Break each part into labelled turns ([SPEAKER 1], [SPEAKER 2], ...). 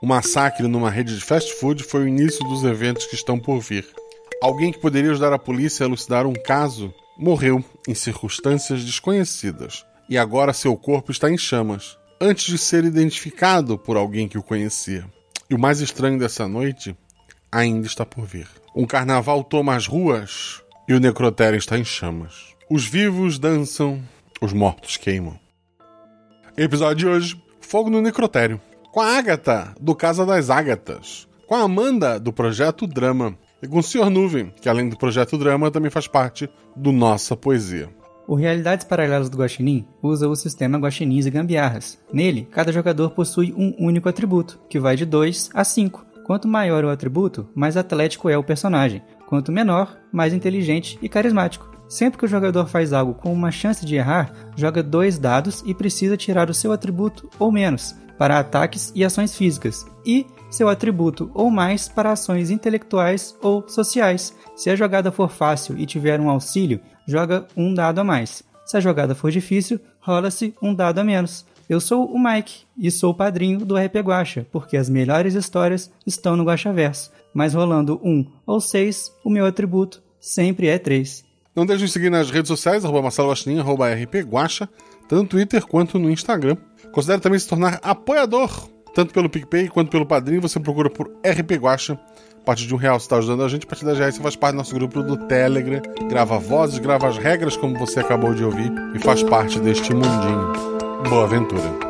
[SPEAKER 1] O massacre numa rede de fast food foi o início dos eventos que estão por vir. Alguém que poderia ajudar a polícia a elucidar um caso morreu em circunstâncias desconhecidas e agora seu corpo está em chamas, antes de ser identificado por alguém que o conhecia. E o mais estranho dessa noite ainda está por vir. Um carnaval toma as ruas e o necrotério está em chamas. Os vivos dançam, os mortos queimam. Episódio de hoje: Fogo no Necrotério. Com a Ágata, do Casa das Ágatas. Com a Amanda, do Projeto Drama. E com o Sr. Nuvem, que além do Projeto Drama também faz parte do Nossa Poesia.
[SPEAKER 2] O Realidades Paralelas do Guaxinim usa o sistema Guaxinins e Gambiarras. Nele, cada jogador possui um único atributo, que vai de 2 a 5. Quanto maior o atributo, mais atlético é o personagem. Quanto menor, mais inteligente e carismático. Sempre que o jogador faz algo com uma chance de errar, joga dois dados e precisa tirar o seu atributo ou menos para ataques e ações físicas, e seu atributo ou mais para ações intelectuais ou sociais. Se a jogada for fácil e tiver um auxílio, joga um dado a mais. Se a jogada for difícil, rola-se um dado a menos. Eu sou o Mike e sou o padrinho do RP Guacha, porque as melhores histórias estão no Guaxaverso. Mas rolando um ou seis, o meu atributo sempre é três.
[SPEAKER 1] Não deixe de seguir nas redes sociais, arroba Marcelo Guaxinim, arroba RP Guaxa, tanto no Twitter quanto no Instagram. Considere também se tornar apoiador, tanto pelo PicPay quanto pelo Padrim. Você procura por RP Guaxa. A partir de um real você está ajudando a gente, a partir de 10 reais você faz parte do nosso grupo do Telegram, grava vozes, grava as regras como você acabou de ouvir e faz parte deste mundinho. Boa aventura!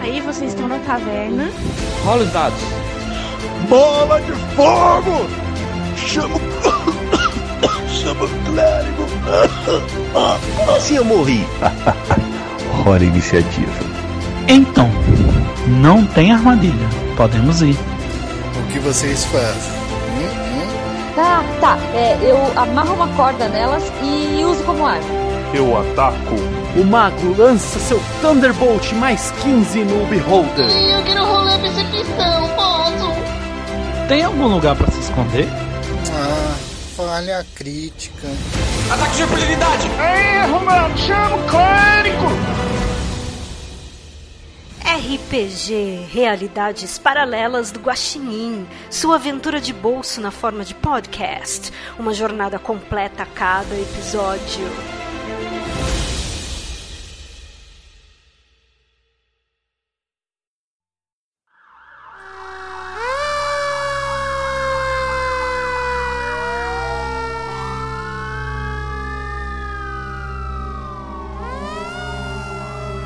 [SPEAKER 3] Aí vocês estão na taverna.
[SPEAKER 4] Rola os dados.
[SPEAKER 5] Bola de fogo! Chama o... Chama o clérigo! Se eu morri!
[SPEAKER 6] Hora iniciativa.
[SPEAKER 7] Então, não tem armadilha. Podemos ir.
[SPEAKER 8] O que vocês fazem?
[SPEAKER 9] Tá, tá. É, eu amarro uma corda nelas e uso como arma.
[SPEAKER 10] Eu ataco.
[SPEAKER 4] O mago lança seu Thunderbolt mais 15 no Beholder.
[SPEAKER 11] Eu quero rolar percepção, posso?
[SPEAKER 7] Tem algum lugar pra se esconder?
[SPEAKER 8] Ah, falha crítica.
[SPEAKER 4] Ataque de impunidade!
[SPEAKER 5] Erro, mano! Chama o clérigo!
[SPEAKER 3] RPG Realidades Paralelas do Guaxinim. Sua aventura de bolso na forma de podcast. Uma jornada completa a cada episódio.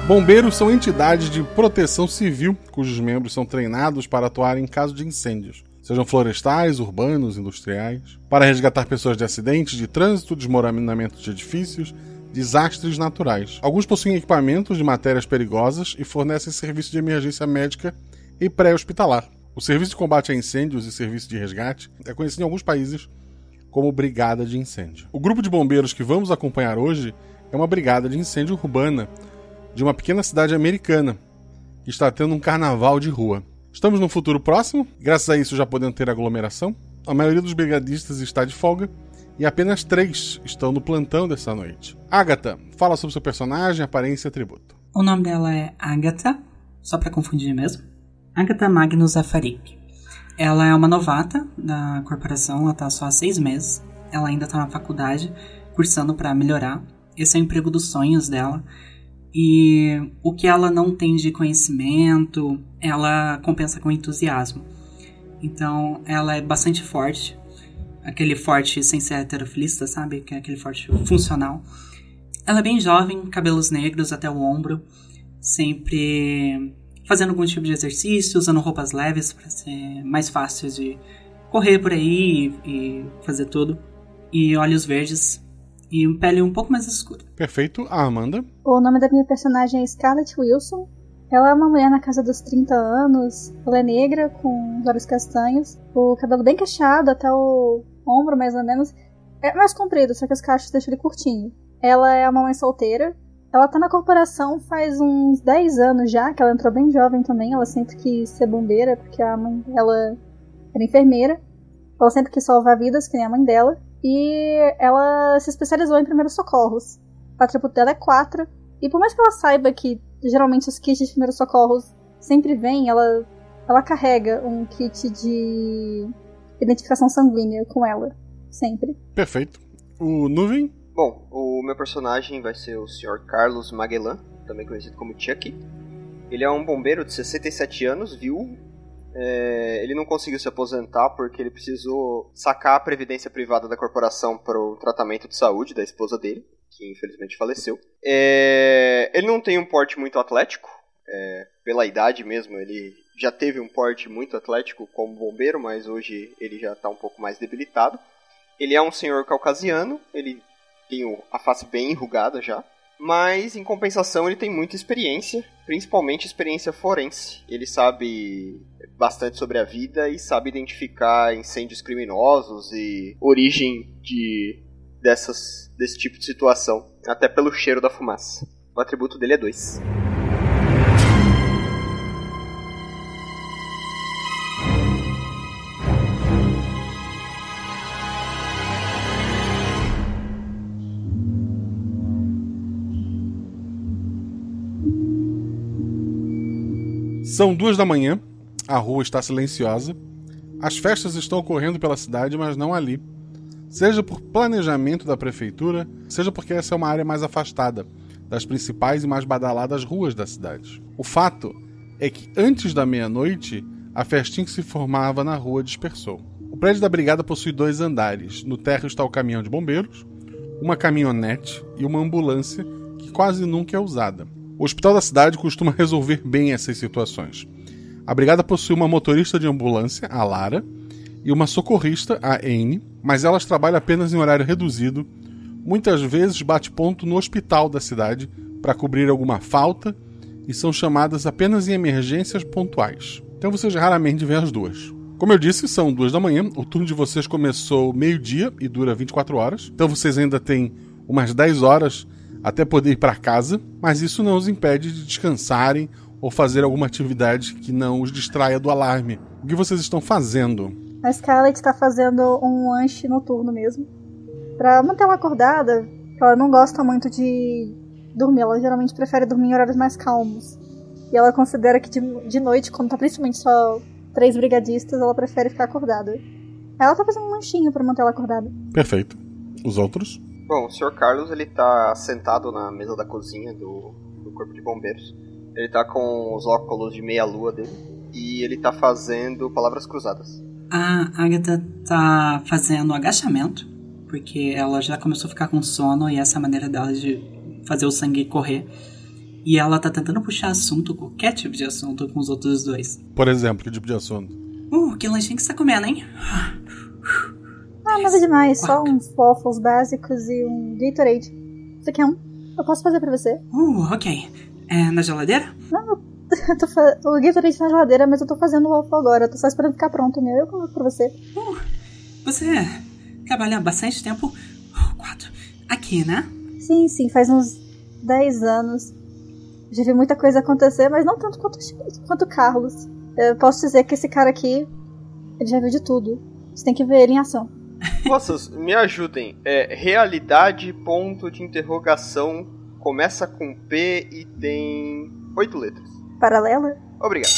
[SPEAKER 1] Bombeiros são entidades de proteção civil cujos membros são treinados para atuar em caso de incêndios, sejam florestais, urbanos, industriais, para resgatar pessoas de acidentes de trânsito, desmoronamento de edifícios, desastres naturais. Alguns possuem equipamentos de matérias perigosas e fornecem serviço de emergência médica e pré-hospitalar. O serviço de combate a incêndios e serviço de resgate é conhecido em alguns países como brigada de incêndio. O grupo de bombeiros que vamos acompanhar hoje é uma brigada de incêndio urbana de uma pequena cidade americana que está tendo um carnaval de rua. Estamos no futuro próximo, graças a isso já podemos ter aglomeração. A maioria dos brigadistas está de folga e apenas três estão no plantão dessa noite. Agatha, fala sobre seu personagem, aparência e atributo.
[SPEAKER 12] O nome dela é Agatha, só pra confundir mesmo. Agatha Magnus Afarik. Ela é uma novata da corporação, ela tá só há seis meses. Ela ainda tá na faculdade, cursando pra melhorar. Esse é o emprego dos sonhos dela. E o que ela não tem de conhecimento, ela compensa com entusiasmo. Então, ela é bastante forte. Aquele forte sem ser heterofilista, sabe? Que é aquele forte funcional. Ela é bem jovem, cabelos negros até o ombro, sempre fazendo algum tipo de exercício, usando roupas leves para ser mais fácil de correr por aí e, e fazer tudo. E olhos verdes, E um pele um pouco mais escura.
[SPEAKER 1] Perfeito. A Amanda.
[SPEAKER 10] O nome da minha personagem é Scarlett Wilson. Ela é uma mulher na casa dos 30 anos. Ela é negra, com os olhos castanhos. O cabelo bem queixado, até o ombro mais ou menos. É mais comprido, só que os cachos deixam ele curtinho. Ela é uma mãe solteira. Ela tá na corporação faz uns 10 anos já, que ela entrou bem jovem também. Ela sempre quis ser bombeira, porque a mãe dela era enfermeira. Ela sempre quis salvar vidas, que nem a mãe dela. E ela se especializou em primeiros socorros. O atributo dela é 4. E por mais que ela saiba que geralmente os kits de primeiros socorros sempre vêm, ela, ela carrega um kit de identificação sanguínea com ela. Sempre.
[SPEAKER 1] Perfeito. O Nuvem?
[SPEAKER 13] Bom, o meu personagem vai ser o Sr. Carlos Magellan, também conhecido como Chuck. Ele é um bombeiro de 67 anos, viúvo, é, ele não conseguiu se aposentar porque ele precisou sacar a previdência privada da corporação para o tratamento de saúde da esposa dele, que infelizmente faleceu. É, ele não tem um porte muito atlético, é, pela idade mesmo, ele já teve um porte muito atlético como bombeiro, mas hoje ele já está um pouco mais debilitado. Ele é um senhor caucasiano, ele tem a face bem enrugada já, mas em compensação ele tem muita experiência, principalmente experiência forense. Ele sabe bastante sobre a vida e sabe identificar incêndios criminosos e origem de dessas desse tipo de situação, até pelo cheiro da fumaça. O atributo dele é 2.
[SPEAKER 1] São duas da manhã, a rua está silenciosa. As festas estão ocorrendo pela cidade, mas não ali. Seja por planejamento da prefeitura, seja porque essa é uma área mais afastada das principais e mais badaladas ruas da cidade. O fato é que antes da meia-noite, a festinha que se formava na rua dispersou. O prédio da brigada possui dois andares. No térreo está o caminhão de bombeiros, uma caminhonete e uma ambulância que quase nunca é usada. O hospital da cidade costuma resolver bem essas situações. A brigada possui uma motorista de ambulância, a Lara, e uma socorrista, a Anne, mas elas trabalham apenas em horário reduzido. Muitas vezes bate ponto no hospital da cidade para cobrir alguma falta e são chamadas apenas em emergências pontuais. Então vocês raramente vê as duas. Como eu disse, são duas da manhã. O turno de vocês começou meio-dia e dura 24 horas. Então vocês ainda têm umas 10 horas até poder ir para casa, mas isso não os impede de descansarem ou fazer alguma atividade que não os distraia do alarme. O que vocês estão fazendo?
[SPEAKER 10] A Scarlett está fazendo um lanche noturno mesmo. Pra manter ela acordada, ela não gosta muito de dormir, ela geralmente prefere dormir em horários mais calmos. E ela considera que de, de noite, quando tá principalmente só três brigadistas, ela prefere ficar acordada. Ela tá fazendo um lanchinho pra manter ela acordada.
[SPEAKER 1] Perfeito. Os outros?
[SPEAKER 13] Bom, o Sr. Carlos ele tá sentado na mesa da cozinha do, do Corpo de Bombeiros. Ele tá com os óculos de meia lua dele e ele tá fazendo palavras cruzadas.
[SPEAKER 12] A Agatha tá fazendo agachamento, porque ela já começou a ficar com sono e essa maneira dela de fazer o sangue correr. E ela tá tentando puxar assunto, qualquer tipo de assunto, com os outros dois.
[SPEAKER 1] Por exemplo, que tipo de assunto?
[SPEAKER 12] Uh, que lanchinho que você tá comendo, hein?
[SPEAKER 10] Ah, nada demais, só uns waffles básicos e um Gatorade. Você quer um? Eu posso fazer pra você.
[SPEAKER 12] Uh, ok. É na geladeira?
[SPEAKER 10] Não, eu tô fa... o Gatorade na geladeira, mas eu tô fazendo o waffle agora. Eu tô só esperando ficar pronto, né? Eu coloco pra você.
[SPEAKER 12] Uh, você trabalha bastante tempo. Uh, quatro. Aqui, né?
[SPEAKER 10] Sim, sim, faz uns 10 anos. Já vi muita coisa acontecer, mas não tanto quanto, quanto o Carlos. Eu posso dizer que esse cara aqui, ele já viu de tudo. Você tem que ver ele em ação.
[SPEAKER 13] Moças, me ajudem. É realidade, ponto de interrogação, começa com P e tem oito letras.
[SPEAKER 10] Paralela?
[SPEAKER 13] Obrigado.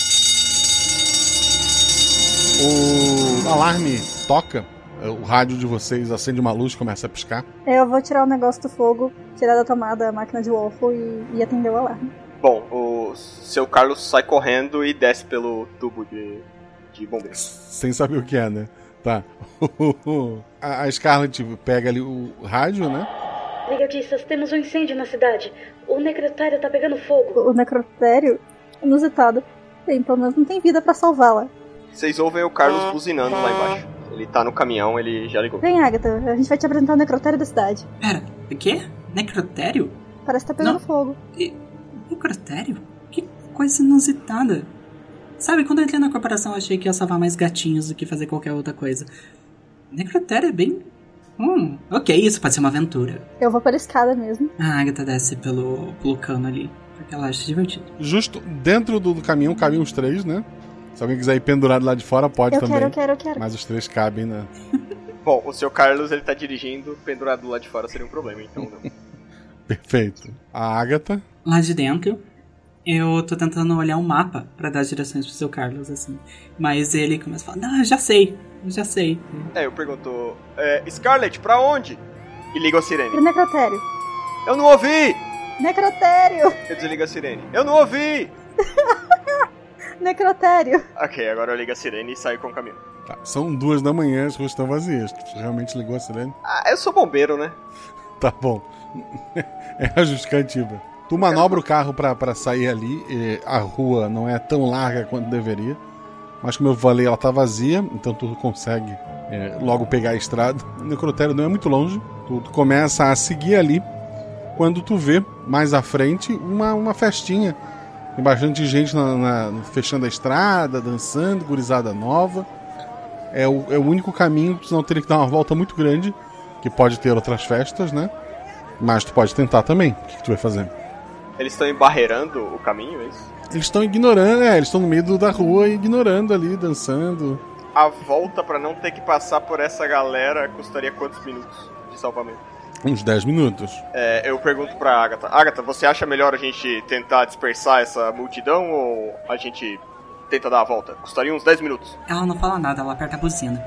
[SPEAKER 1] O alarme toca, é, o rádio de vocês acende uma luz começa a piscar.
[SPEAKER 10] Eu vou tirar o negócio do fogo, tirar da tomada a máquina de waffle e, e atender o alarme.
[SPEAKER 13] Bom, o seu Carlos sai correndo e desce pelo tubo de, de bombeiro.
[SPEAKER 1] Sem saber o que é, né? Tá. a Scarlet pega ali o rádio, né?
[SPEAKER 14] Brigadistas, temos um incêndio na cidade. O necrotério tá pegando fogo.
[SPEAKER 10] O necrotério? Inusitado. Bem, pelo menos não tem vida para salvá-la.
[SPEAKER 13] Vocês ouvem o Carlos buzinando lá embaixo. Ele tá no caminhão, ele já ligou.
[SPEAKER 10] Vem, Agatha, a gente vai te apresentar o necrotério da cidade.
[SPEAKER 12] Pera, O quê? Necrotério?
[SPEAKER 10] Parece que tá pegando
[SPEAKER 12] Não.
[SPEAKER 10] fogo.
[SPEAKER 12] E- Necrotério? Que coisa inusitada. Sabe, quando eu entrei na corporação eu achei que ia salvar mais gatinhos do que fazer qualquer outra coisa. Necrotério é bem. Hum, ok, isso pode ser uma aventura.
[SPEAKER 10] Eu vou pela escada mesmo.
[SPEAKER 12] A Agatha desce pelo, pelo cano ali, porque ela acha divertido.
[SPEAKER 1] Justo dentro do, do caminhão, cabem os três, né? Se alguém quiser ir pendurado lá de fora, pode
[SPEAKER 10] eu
[SPEAKER 1] também.
[SPEAKER 10] quero, eu quero, eu quero.
[SPEAKER 1] Mas os três cabem, né?
[SPEAKER 13] Bom, o seu Carlos, ele tá dirigindo, pendurado lá de fora seria um problema, então não.
[SPEAKER 1] Perfeito. A Agatha.
[SPEAKER 12] Lá de dentro, eu tô tentando olhar um mapa pra dar as direções pro seu Carlos, assim. Mas ele começa a falar: Não, eu já sei, eu já sei.
[SPEAKER 13] É, eu pergunto, é, Scarlett, pra onde? E liga a
[SPEAKER 10] Pro
[SPEAKER 13] sirene.
[SPEAKER 10] necrotério.
[SPEAKER 13] Eu não ouvi!
[SPEAKER 10] Necrotério!
[SPEAKER 13] Eu desligo a sirene. Eu não ouvi!
[SPEAKER 10] Necrotério!
[SPEAKER 13] Ok, agora eu ligo a sirene e saio com o caminho.
[SPEAKER 1] Tá, São duas da manhã, as ruas estão vazias. Tu realmente ligou a sirene?
[SPEAKER 13] Ah, eu sou bombeiro, né?
[SPEAKER 1] Tá bom. É a justificativa. Tu manobra o carro pra, pra sair ali. e a rua não é tão larga quanto deveria. Mas como eu falei, ela tá vazia, então tu consegue é, logo pegar a estrada. O necrotério não é muito longe. Tu, tu começa a seguir ali. Quando tu vê, mais à frente, uma, uma festinha. Tem bastante gente na- na- fechando a estrada, dançando, gurizada nova. É o, é o único caminho, senão teria que dar uma volta muito grande. Que pode ter outras festas, né? Mas tu pode tentar também. O que, que tu vai fazer?
[SPEAKER 13] Eles estão embarreirando o caminho, é isso?
[SPEAKER 1] Eles estão ignorando, é, eles estão no meio do- da rua e ignorando ali, dançando.
[SPEAKER 13] A volta pra não ter que passar por essa galera custaria quantos minutos de salvamento?
[SPEAKER 1] Uns 10 minutos.
[SPEAKER 13] É, eu pergunto pra Agatha. Agatha, você acha melhor a gente tentar dispersar essa multidão ou a gente tenta dar a volta? Custaria uns 10 minutos.
[SPEAKER 12] Ela não fala nada, ela aperta a buzina.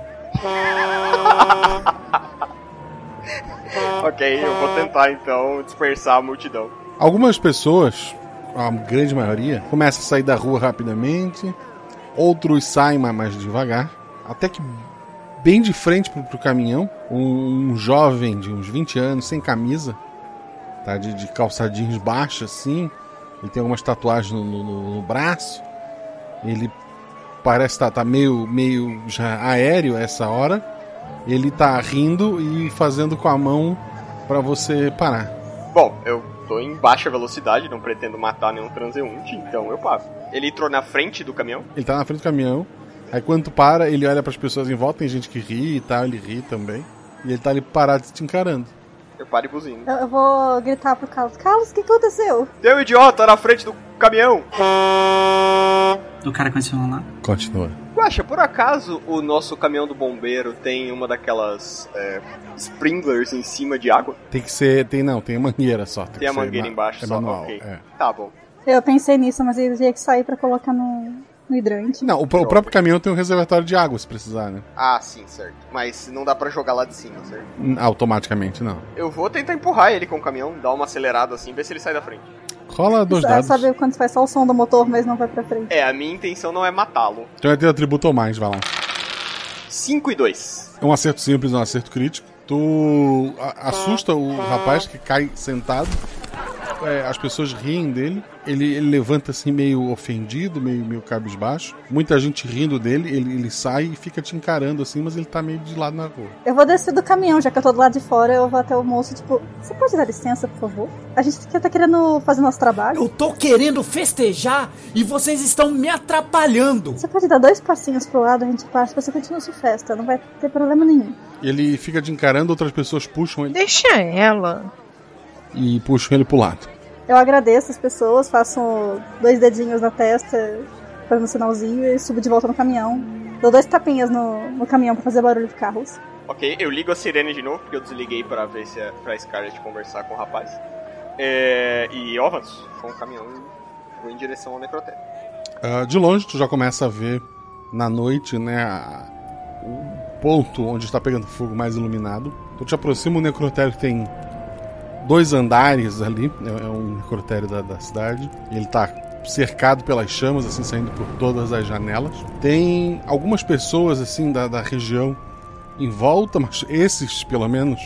[SPEAKER 13] ok, eu vou tentar então dispersar a multidão.
[SPEAKER 1] Algumas pessoas, a grande maioria, começa a sair da rua rapidamente, outros saem ma- mais devagar, até que bem de frente pro, pro caminhão, um, um jovem de uns 20 anos, sem camisa, tá de, de calça jeans baixa assim, ele tem algumas tatuagens no, no- no- no braço, ele parece estar tá, tá meio, meio já aéreo a essa hora, ele tá rindo e fazendo com a mão para você parar.
[SPEAKER 13] Bom, eu tô em baixa velocidade, não pretendo matar nenhum transeunte, então eu paro. Ele entrou na frente do caminhão?
[SPEAKER 1] Ele tá na frente do caminhão. Aí quando tu para, ele olha pras pessoas em volta, tem gente que ri e tal, ele ri também. E ele tá ali parado te encarando.
[SPEAKER 13] Eu paro e buzino.
[SPEAKER 10] Eu, eu vou gritar pro Carlos. Carlos, o que aconteceu?
[SPEAKER 13] Deu um idiota na frente do caminhão!
[SPEAKER 12] O cara continua lá.
[SPEAKER 1] Continua.
[SPEAKER 13] Guaxa, por acaso o nosso caminhão do bombeiro tem uma daquelas é, sprinklers em cima de água?
[SPEAKER 1] Tem que ser. Tem não, tem a mangueira só.
[SPEAKER 13] Tem
[SPEAKER 1] que
[SPEAKER 13] a
[SPEAKER 1] ser
[SPEAKER 13] mangueira
[SPEAKER 1] ma-
[SPEAKER 13] embaixo
[SPEAKER 1] é
[SPEAKER 13] só,
[SPEAKER 1] manual,
[SPEAKER 13] ok.
[SPEAKER 1] é.
[SPEAKER 13] Tá bom.
[SPEAKER 10] Eu pensei nisso, mas ele tinha que sair pra colocar no, no hidrante.
[SPEAKER 1] Não, o, pro- o próprio caminhão tem um reservatório de água se precisar, né?
[SPEAKER 13] Ah, sim, certo. Mas não dá pra jogar lá de cima, certo?
[SPEAKER 1] Hum, Automaticamente não.
[SPEAKER 13] Eu vou tentar empurrar ele com o caminhão, dar uma acelerada assim, ver se ele sai da frente.
[SPEAKER 1] Rola dois
[SPEAKER 10] Sabe-
[SPEAKER 1] dados.
[SPEAKER 10] Sabe quando faz só o som do motor, mas não vai pra frente?
[SPEAKER 13] É, a minha intenção não é matá-lo.
[SPEAKER 1] Então vai ter atributo ou mais, vai lá.
[SPEAKER 13] 5 e 2.
[SPEAKER 1] É um acerto simples, é um acerto crítico. Tu a- assusta o rapaz que cai sentado. É, as pessoas riem dele. Ele, ele levanta assim meio ofendido, meio, meio cabisbaixo. Muita gente rindo dele. Ele, ele sai e fica te encarando assim, mas ele tá meio de lado na rua.
[SPEAKER 10] Eu vou descer do caminhão, já que eu tô do lado de fora, eu vou até o moço, tipo, você pode dar licença, por favor? A gente fica- tá querendo fazer nosso trabalho.
[SPEAKER 15] Eu tô querendo festejar e vocês estão me atrapalhando.
[SPEAKER 10] Você pode dar dois passinhos pro lado, a gente passa, você continua sua festa, não vai ter problema nenhum.
[SPEAKER 1] Ele fica te encarando, outras pessoas puxam ele
[SPEAKER 10] Deixa ela.
[SPEAKER 1] e puxam ele pro lado.
[SPEAKER 10] Eu agradeço as pessoas, faço dois dedinhos na testa, fazendo um sinalzinho e subo de volta no caminhão. Dou dois tapinhas no, no caminhão pra fazer barulho de carros.
[SPEAKER 13] Ok, eu ligo a sirene de novo, porque eu desliguei pra ver se é pra Scarlett conversar com o rapaz. É, e eu avanço com o caminhão e vou em direção ao necrotério.
[SPEAKER 1] Ah, de longe, tu já começa a ver na noite, né? a- o ponto onde está pegando fogo mais iluminado. Tu te aproxima, o necrotério que tem dois andares ali. É, é um necrotério da, da cidade. Ele tá cercado pelas chamas, assim, saindo por todas as janelas. Tem algumas pessoas, assim, da, da região em volta, mas esses, pelo menos,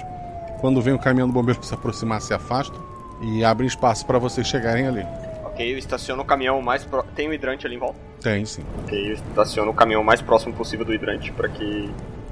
[SPEAKER 1] quando vem o caminhão do bombeiro se aproximar, se afastam e abrem espaço para vocês chegarem ali.
[SPEAKER 13] Ok, eu estaciono o caminhão mais pro... Tem um hidrante ali em volta?
[SPEAKER 1] Tem, sim.
[SPEAKER 13] Ok, eu estaciono o caminhão mais próximo possível do hidrante, pra que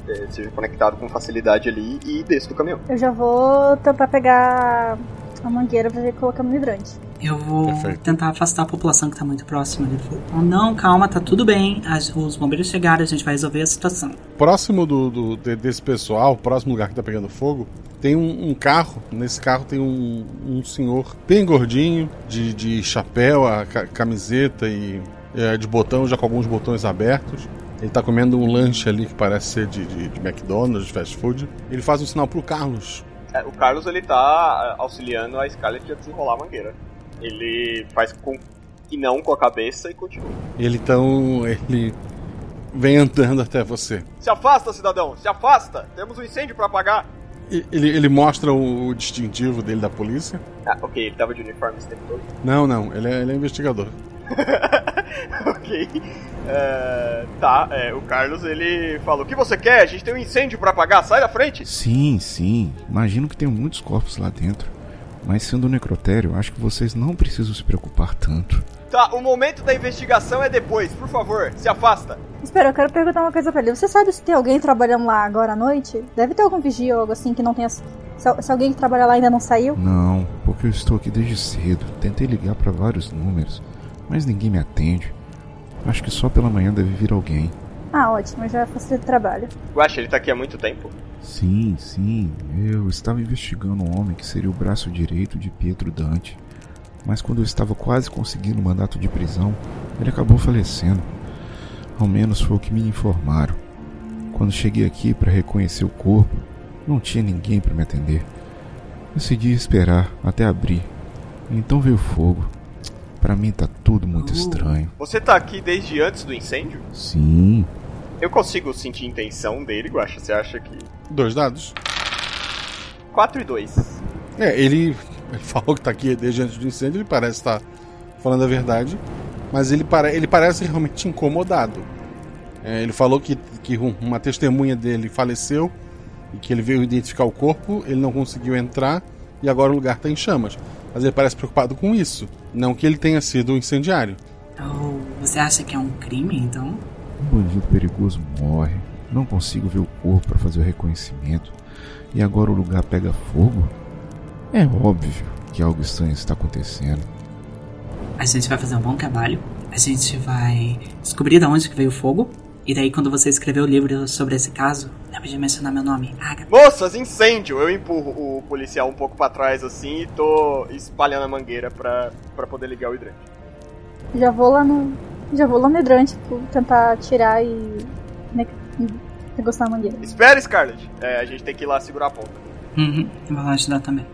[SPEAKER 13] é, seja conectado com facilidade ali e desça do caminhão.
[SPEAKER 10] Eu já vou tentar pegar a mangueira pra ver colocando no hidrante.
[SPEAKER 12] Eu vou tentar afastar a população que tá muito próxima do fogo. Não, calma, tá tudo bem. As- os bombeiros chegaram, a gente vai resolver a situação.
[SPEAKER 1] Próximo do, do- de- desse pessoal, próximo lugar que tá pegando fogo, tem um, um carro. Nesse carro tem um, um senhor bem gordinho, de, de chapéu, a ca- camiseta e é, de botão, já com alguns botões abertos. Ele tá comendo um lanche ali que parece ser de, de, de McDonald's, de fast food. Ele faz um sinal pro Carlos.
[SPEAKER 13] É, o Carlos ele tá ah, auxiliando a Scarlett a desenrolar a mangueira. Ele faz com que não com a cabeça e continua.
[SPEAKER 1] Ele então. ele vem andando até você.
[SPEAKER 13] Se afasta, cidadão, se afasta! Temos um incêndio pra apagar!
[SPEAKER 1] E- Ele, ele mostra o o distintivo dele da polícia.
[SPEAKER 13] Ah, ok, ele tava de uniforme esse tempo todo.
[SPEAKER 1] Não, não, ele é, ele é investigador.
[SPEAKER 13] ok. É, tá, é, o Carlos ele falou: O que você quer? A gente tem um incêndio pra apagar, sai da frente!
[SPEAKER 16] Sim, sim. Imagino que tem muitos corpos lá dentro. Mas sendo um necrotério, acho que vocês não precisam se preocupar tanto.
[SPEAKER 13] Tá, o momento da investigação é depois, por favor, se afasta!
[SPEAKER 10] Espera, eu quero perguntar uma coisa pra ele. Você sabe se tem alguém trabalhando lá agora à noite? Deve ter algum vigia ou algo assim que não tenha. Se, se alguém que trabalha lá ainda não saiu?
[SPEAKER 16] Não, porque eu estou aqui desde cedo. Tentei ligar para vários números, mas ninguém me atende. Acho que só pela manhã deve vir alguém.
[SPEAKER 10] Ah, ótimo, já facilita o trabalho.
[SPEAKER 13] Guaxa, ele tá aqui há muito tempo?
[SPEAKER 16] Sim, sim, eu estava investigando um homem que seria o braço direito de Pietro Dante. Mas quando eu estava quase conseguindo o mandato de prisão, ele acabou falecendo. Ao menos foi o que me informaram. Quando cheguei aqui para reconhecer o corpo, não tinha ninguém para me atender. Decidi esperar até abrir. Então veio fogo. Para mim tá tudo muito estranho.
[SPEAKER 13] Você tá aqui desde antes do incêndio?
[SPEAKER 16] Sim,
[SPEAKER 13] Eu consigo sentir a intenção dele, Guaxa, você acha que.
[SPEAKER 1] Dois dados.
[SPEAKER 13] 4 e 2.
[SPEAKER 1] É, ele, ele falou que tá aqui desde antes do incêndio, ele parece estar falando a verdade, mas ele, pare, ele parece realmente incomodado. É, ele falou que, que um- uma testemunha dele faleceu e que ele veio identificar o corpo, ele não conseguiu entrar e agora o lugar tá em chamas. Mas ele parece preocupado com isso, não que ele tenha sido um incendiário.
[SPEAKER 12] Ou você acha que é um crime, então?
[SPEAKER 16] Um bandido perigoso morre. Não consigo ver o corpo para fazer o reconhecimento. E agora o lugar pega fogo? É óbvio que algo estranho está acontecendo.
[SPEAKER 12] A gente vai fazer um bom trabalho. A gente vai descobrir de onde que veio o fogo. E daí, quando você escrever o livro sobre esse caso, lembra de mencionar meu nome. Ah,
[SPEAKER 13] Moças, incêndio! Eu empurro o policial um pouco pra trás assim e tô espalhando a mangueira pra, pra poder ligar o hidrante.
[SPEAKER 10] Já vou lá no. Já vou lá no hidrante pro- tentar tirar e. Né, e gostar da mangueira.
[SPEAKER 13] Espera, Scarlett! É, a gente tem que ir lá segurar a ponta.
[SPEAKER 12] Uhum, eu vou lá ajudar também.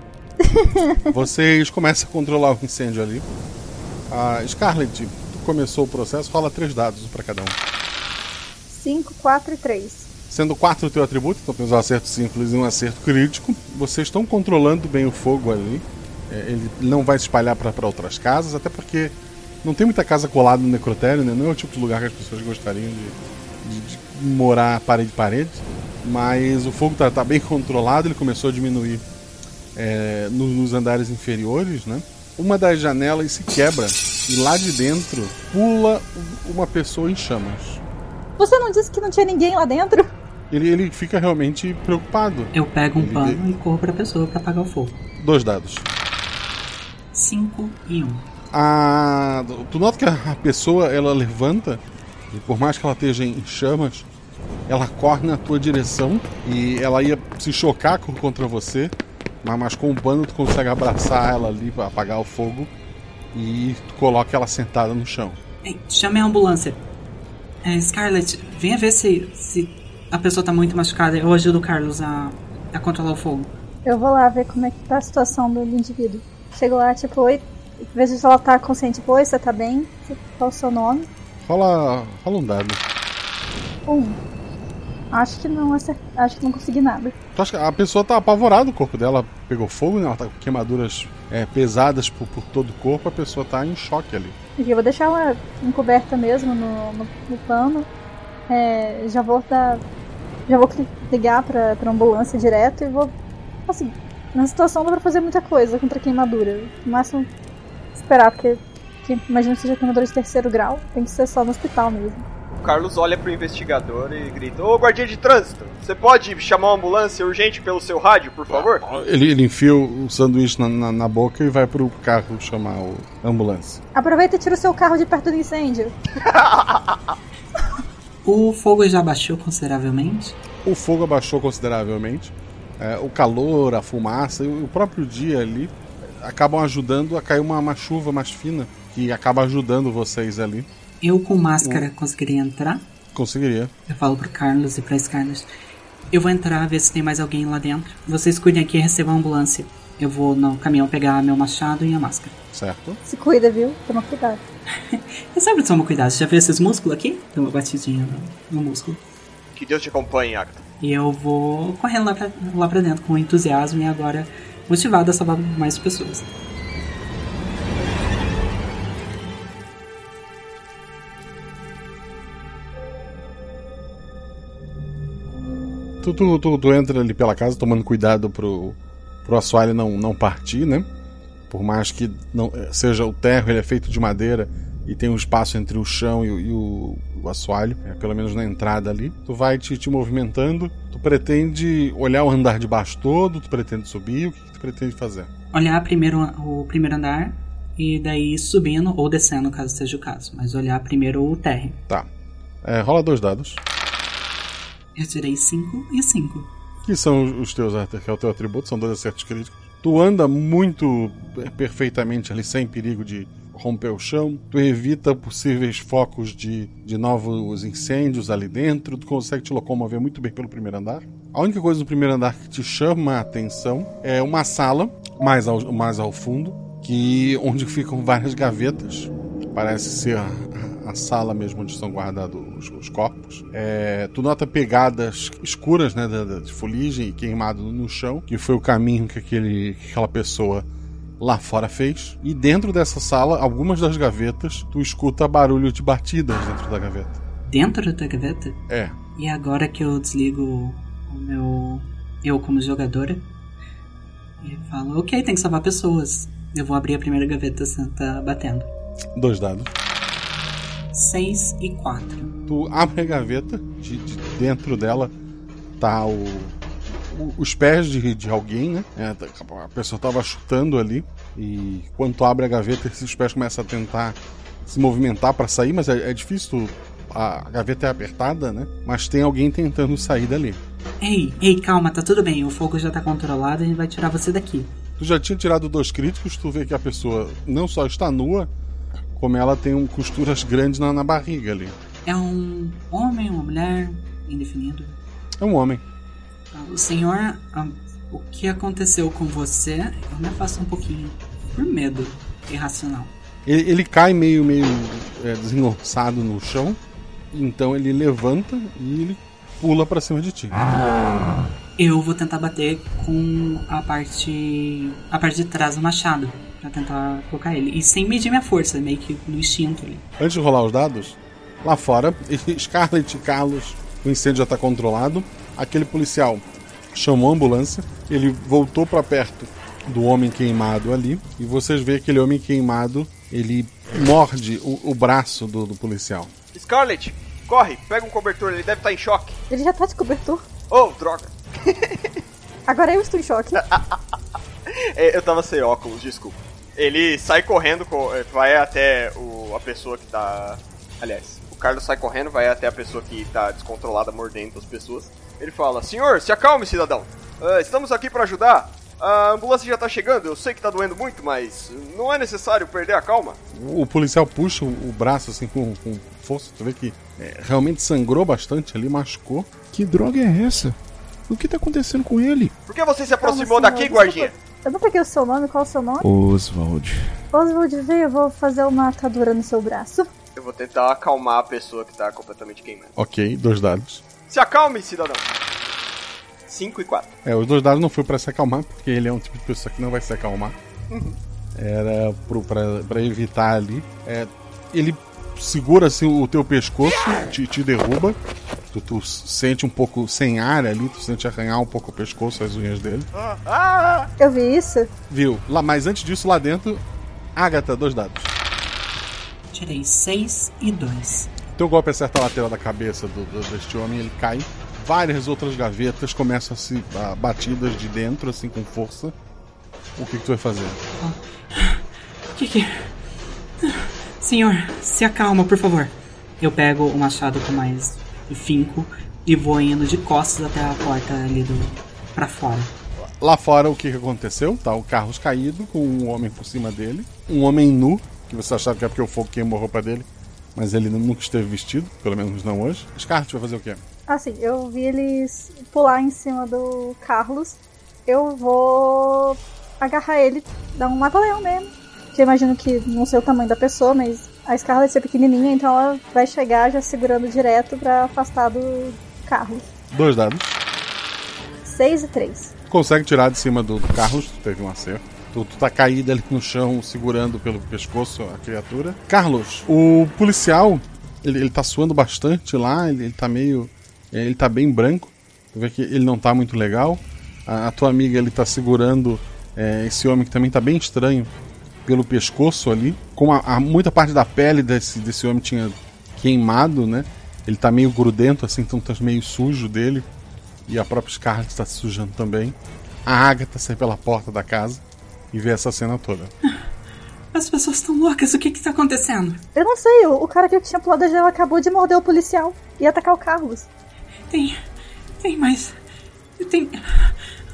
[SPEAKER 1] Vocês começam a controlar o incêndio ali. A Scarlett, tu começou o processo, rola três dados para cada um.
[SPEAKER 10] 5, 4 e 3.
[SPEAKER 1] Sendo 4 o teu atributo, então temos um acerto simples e um acerto crítico. Vocês estão controlando bem o fogo ali. É, ele não vai se espalhar para outras casas, até porque não tem muita casa colada no necrotério, né? Não é o tipo de lugar que as pessoas gostariam de, de- de morar parede a parede. Mas o fogo tá, tá bem controlado, ele começou a diminuir é, no- nos andares inferiores, né? Uma das janelas se quebra e lá de dentro pula u- uma pessoa em chamas.
[SPEAKER 10] Você não disse que não tinha ninguém lá dentro?
[SPEAKER 1] Ele, ele fica realmente preocupado.
[SPEAKER 12] Eu pego um
[SPEAKER 1] Ele-
[SPEAKER 12] pano e corro pra pessoa pra apagar o fogo.
[SPEAKER 1] Dois dados.
[SPEAKER 12] 5 e 1. Um.
[SPEAKER 1] A, tu nota que a pessoa ela levanta, e por mais que ela esteja em chamas, ela corre na tua direção e ela ia se chocar co- contra você, mas, mas com o pano tu consegue abraçar ela ali para apagar o fogo e tu coloca ela sentada no chão.
[SPEAKER 12] Ei, chame a ambulância. É, Scarlett, venha ver se, se a pessoa tá muito machucada. Eu ajudo o Carlos a, a controlar o fogo.
[SPEAKER 10] Eu vou lá ver como é que tá a situação do indivíduo. Chego lá, tipo, oi. Vejo se ela tá consciente. Tipo, oi, você tá bem? Qual o seu nome?
[SPEAKER 1] Rola, rola um dado.
[SPEAKER 10] Um. Acho que não acer- Acho que não consegui nada.
[SPEAKER 1] Tu acha que a pessoa tá apavorada, o corpo dela pegou fogo, né? ela tá com queimaduras é, pesadas por, por todo o corpo, a pessoa tá em choque ali.
[SPEAKER 10] E eu vou deixar ela encoberta mesmo no, no, no pano. É, já vou dar. Já vou cli- ligar pra, pra ambulância direto e vou. Assim, na situação dá pra fazer muita coisa contra a queimadura. No máximo esperar, porque que, imagino que seja queimadura de terceiro grau. Tem que ser só no hospital mesmo.
[SPEAKER 13] Carlos olha pro investigador e grita: Ô guardião de trânsito, você pode chamar uma ambulância urgente pelo seu rádio, por favor?
[SPEAKER 1] Ah, Ele, ele enfia o sanduíche na, na, na boca e vai pro carro chamar o- a ambulância.
[SPEAKER 10] Aproveita e tira o seu carro de perto do incêndio.
[SPEAKER 12] O fogo já baixou consideravelmente.
[SPEAKER 1] O fogo abaixou consideravelmente. É, o calor, a fumaça e o próprio dia ali acabam ajudando a cair uma, uma chuva mais fina que acaba ajudando vocês ali.
[SPEAKER 12] Eu com máscara conseguiria entrar.
[SPEAKER 1] Conseguiria.
[SPEAKER 12] Eu falo pro Carlos e pra Scarlett. Eu vou entrar, ver se tem mais alguém lá dentro. Vocês cuidem aqui e recebam a ambulância. Eu vou no caminhão pegar meu machado e a máscara.
[SPEAKER 1] Certo.
[SPEAKER 10] Se cuida, viu? Toma cuidado.
[SPEAKER 12] Eu sempre tomo cuidado. Você já viu esses músculos aqui? Tem uma batidinha no, no músculo.
[SPEAKER 13] Que Deus te acompanhe, Agatha.
[SPEAKER 12] E eu vou correndo lá pra, lá pra dentro com entusiasmo e agora motivado a salvar mais pessoas.
[SPEAKER 1] Tu, tu, tu, tu entra ali pela casa tomando cuidado pro, pro assoalho não, não partir, né? Por mais que não eh, seja o terro, ele é feito de madeira e tem um espaço entre o chão e, o- e o, o assoalho, eh, pelo menos na entrada ali. Tu vai te, te movimentando, tu pretende olhar o andar de baixo todo, tu pretende subir, o que, que tu pretende fazer?
[SPEAKER 12] Olhar primeiro o primeiro andar e daí subindo ou descendo, caso seja o caso. Mas olhar primeiro o térreo.
[SPEAKER 1] Tá. Eh, rola dois dados,
[SPEAKER 12] Eu tirei 5 e 5.
[SPEAKER 1] que são os- os teus, at- que é o teu atributo, são dois acertos críticos. Tu anda muito eh, perfeitamente ali, sem perigo de romper o chão. Tu evita possíveis focos de, de novos incêndios ali dentro. Tu consegue te locomover muito bem pelo primeiro andar. A única coisa no primeiro andar que te chama a atenção é uma sala, mais ao, mais ao fundo, que onde ficam várias gavetas. Parece ser a, a sala mesmo onde são guardados os, os corpos. É, tu nota pegadas escuras, né, da, da- de fuligem e queimado no chão, que foi o caminho que, aquele, que aquela pessoa lá fora fez. E dentro dessa sala, algumas das gavetas, tu escuta barulho de batidas dentro da gaveta.
[SPEAKER 12] Dentro da gaveta?
[SPEAKER 1] É.
[SPEAKER 12] E agora que eu desligo o meu. Eu como jogadora. E falo, ok, tem que salvar pessoas. Eu vou abrir a primeira gaveta santa batendo.
[SPEAKER 1] Dois dados.
[SPEAKER 12] 6 e 4.
[SPEAKER 1] Tu abre a gaveta, de, de dentro dela tá o, o- os pés de, de alguém, né? É, tá- a pessoa tava chutando ali e quando tu abre a gaveta, esses pés começam a tentar se movimentar para sair, mas é, é difícil. tu- a, a gaveta é apertada, né? Mas tem alguém tentando sair dali.
[SPEAKER 12] Ei, ei, calma, tá tudo bem. O fogo já tá controlado, a gente vai tirar você daqui.
[SPEAKER 1] Tu já tinha tirado dois críticos, tu vê que a pessoa não só está nua, como ela tem um, costuras grandes na, na barriga ali.
[SPEAKER 12] É um homem, uma mulher, indefinido.
[SPEAKER 1] É um homem.
[SPEAKER 12] O senhor, ah, o que aconteceu com você? Eu me afasto um pouquinho por medo irracional.
[SPEAKER 1] Ele, ele cai meio, meio é, desengonçado no chão. Então ele levanta e ele pula pra cima de ti.
[SPEAKER 12] Eu vou tentar bater com a parte a parte de trás do machado Pra tentar colocar ele e sem medir minha força, meio que no instinto ali.
[SPEAKER 1] Antes de rolar os dados, lá fora, Scarlett e Carlos, o incêndio já tá controlado. Aquele policial chamou a ambulância, ele voltou pra perto do homem queimado ali. E vocês veem aquele homem queimado, ele morde o, o braço do, do policial.
[SPEAKER 13] Scarlett, corre, pega um cobertor, ele deve estar em choque.
[SPEAKER 10] Ele já tá de cobertor.
[SPEAKER 13] Oh, droga.
[SPEAKER 10] Agora eu estou em choque.
[SPEAKER 13] É, eu tava sem óculos, desculpa. Ele sai correndo, co- eh, vai até o, a pessoa que tá. Aliás, o Carlos sai correndo, vai até a pessoa que tá descontrolada mordendo as pessoas. Ele fala: Senhor, se acalme, cidadão. Ah, estamos aqui pra ajudar. A ambulância já tá chegando, eu sei que tá doendo muito, mas não é necessário perder a calma.
[SPEAKER 1] O policial puxa o o braço assim com, com força, tu vê que é, realmente sangrou bastante ali, machucou.
[SPEAKER 16] Que droga é essa? O que tá acontecendo com ele?
[SPEAKER 13] Por que você se aproximou
[SPEAKER 10] Calma,
[SPEAKER 13] daqui,
[SPEAKER 10] senhor,
[SPEAKER 13] guardinha?
[SPEAKER 10] desculpa. Eu não peguei o seu nome, qual é o seu nome?
[SPEAKER 16] Oswald.
[SPEAKER 10] Oswald, vem, eu vou fazer uma atadura no seu braço.
[SPEAKER 13] Eu vou tentar acalmar a pessoa que tá completamente queimada.
[SPEAKER 1] Ok, dois dados.
[SPEAKER 13] Se acalme, cidadão. 5 e 4.
[SPEAKER 1] É, os dois dados não foi pra se acalmar, porque ele é um tipo de pessoa que não vai se acalmar. Era pro, pra, pra evitar ali. É, ele segura assim, o teu pescoço, te, te derruba. Tu, tu sente um pouco sem ar ali, tu sente arranhar um pouco o pescoço, as unhas dele.
[SPEAKER 13] "Ah,
[SPEAKER 10] Eu vi isso.
[SPEAKER 1] Viu? Lá, mas antes disso, lá dentro, Agatha, dois dados.
[SPEAKER 12] Tirei 6 e 2.
[SPEAKER 1] teu golpe acerta a lateral da cabeça do, do- deste homem, ele cai. Várias outras gavetas começam a se a, batidas de dentro, assim, com força. O que, que tu vai fazer?
[SPEAKER 12] Que que... Senhor, se acalma, por favor. Eu pego o machado com mais finco e vou indo de costas até a porta ali do para fora.
[SPEAKER 1] Lá fora, o que que aconteceu? Tá o Carlos caído, com um homem por cima dele. Um homem nu, que você achava que é porque o fogo queimou a roupa dele. Mas ele nunca esteve vestido, pelo menos não hoje. Scarlet vai fazer o quê?
[SPEAKER 10] Assim, eu vi eles pular em cima do Carlos. Eu vou agarrar ele, dar um mata-leão mesmo. Que eu imagino que não sei o tamanho da pessoa, mas a Scarlett é pequenininha, então ela vai chegar já segurando direto pra afastar do Carlos.
[SPEAKER 1] Dois dados.
[SPEAKER 10] 6 e 3.
[SPEAKER 1] Consegue tirar de cima do, do Carlos, tu teve um acerto. Tu, tu tá caído ali no chão, segurando pelo pescoço a criatura. Carlos, o policial, ele, ele tá suando bastante lá, ele, ele tá meio. Ele tá bem branco. Tu vê que ele não tá muito legal. A, a tua amiga, ele tá segurando é, esse homem que também tá bem estranho pelo pescoço ali. Como a, a- muita parte da pele desse, desse homem tinha queimado, né? Ele tá meio grudento, assim, então tá meio sujo dele. E a própria Scarlet está se sujando também. A Agatha sai pela porta da casa e vê essa cena toda.
[SPEAKER 12] As pessoas estão loucas, o que que tá acontecendo?
[SPEAKER 10] Eu não sei, o, o cara que eu tinha pulado a janela acabou de morder o policial e atacar o Carlos.
[SPEAKER 12] Tem. Tem mais. Tem.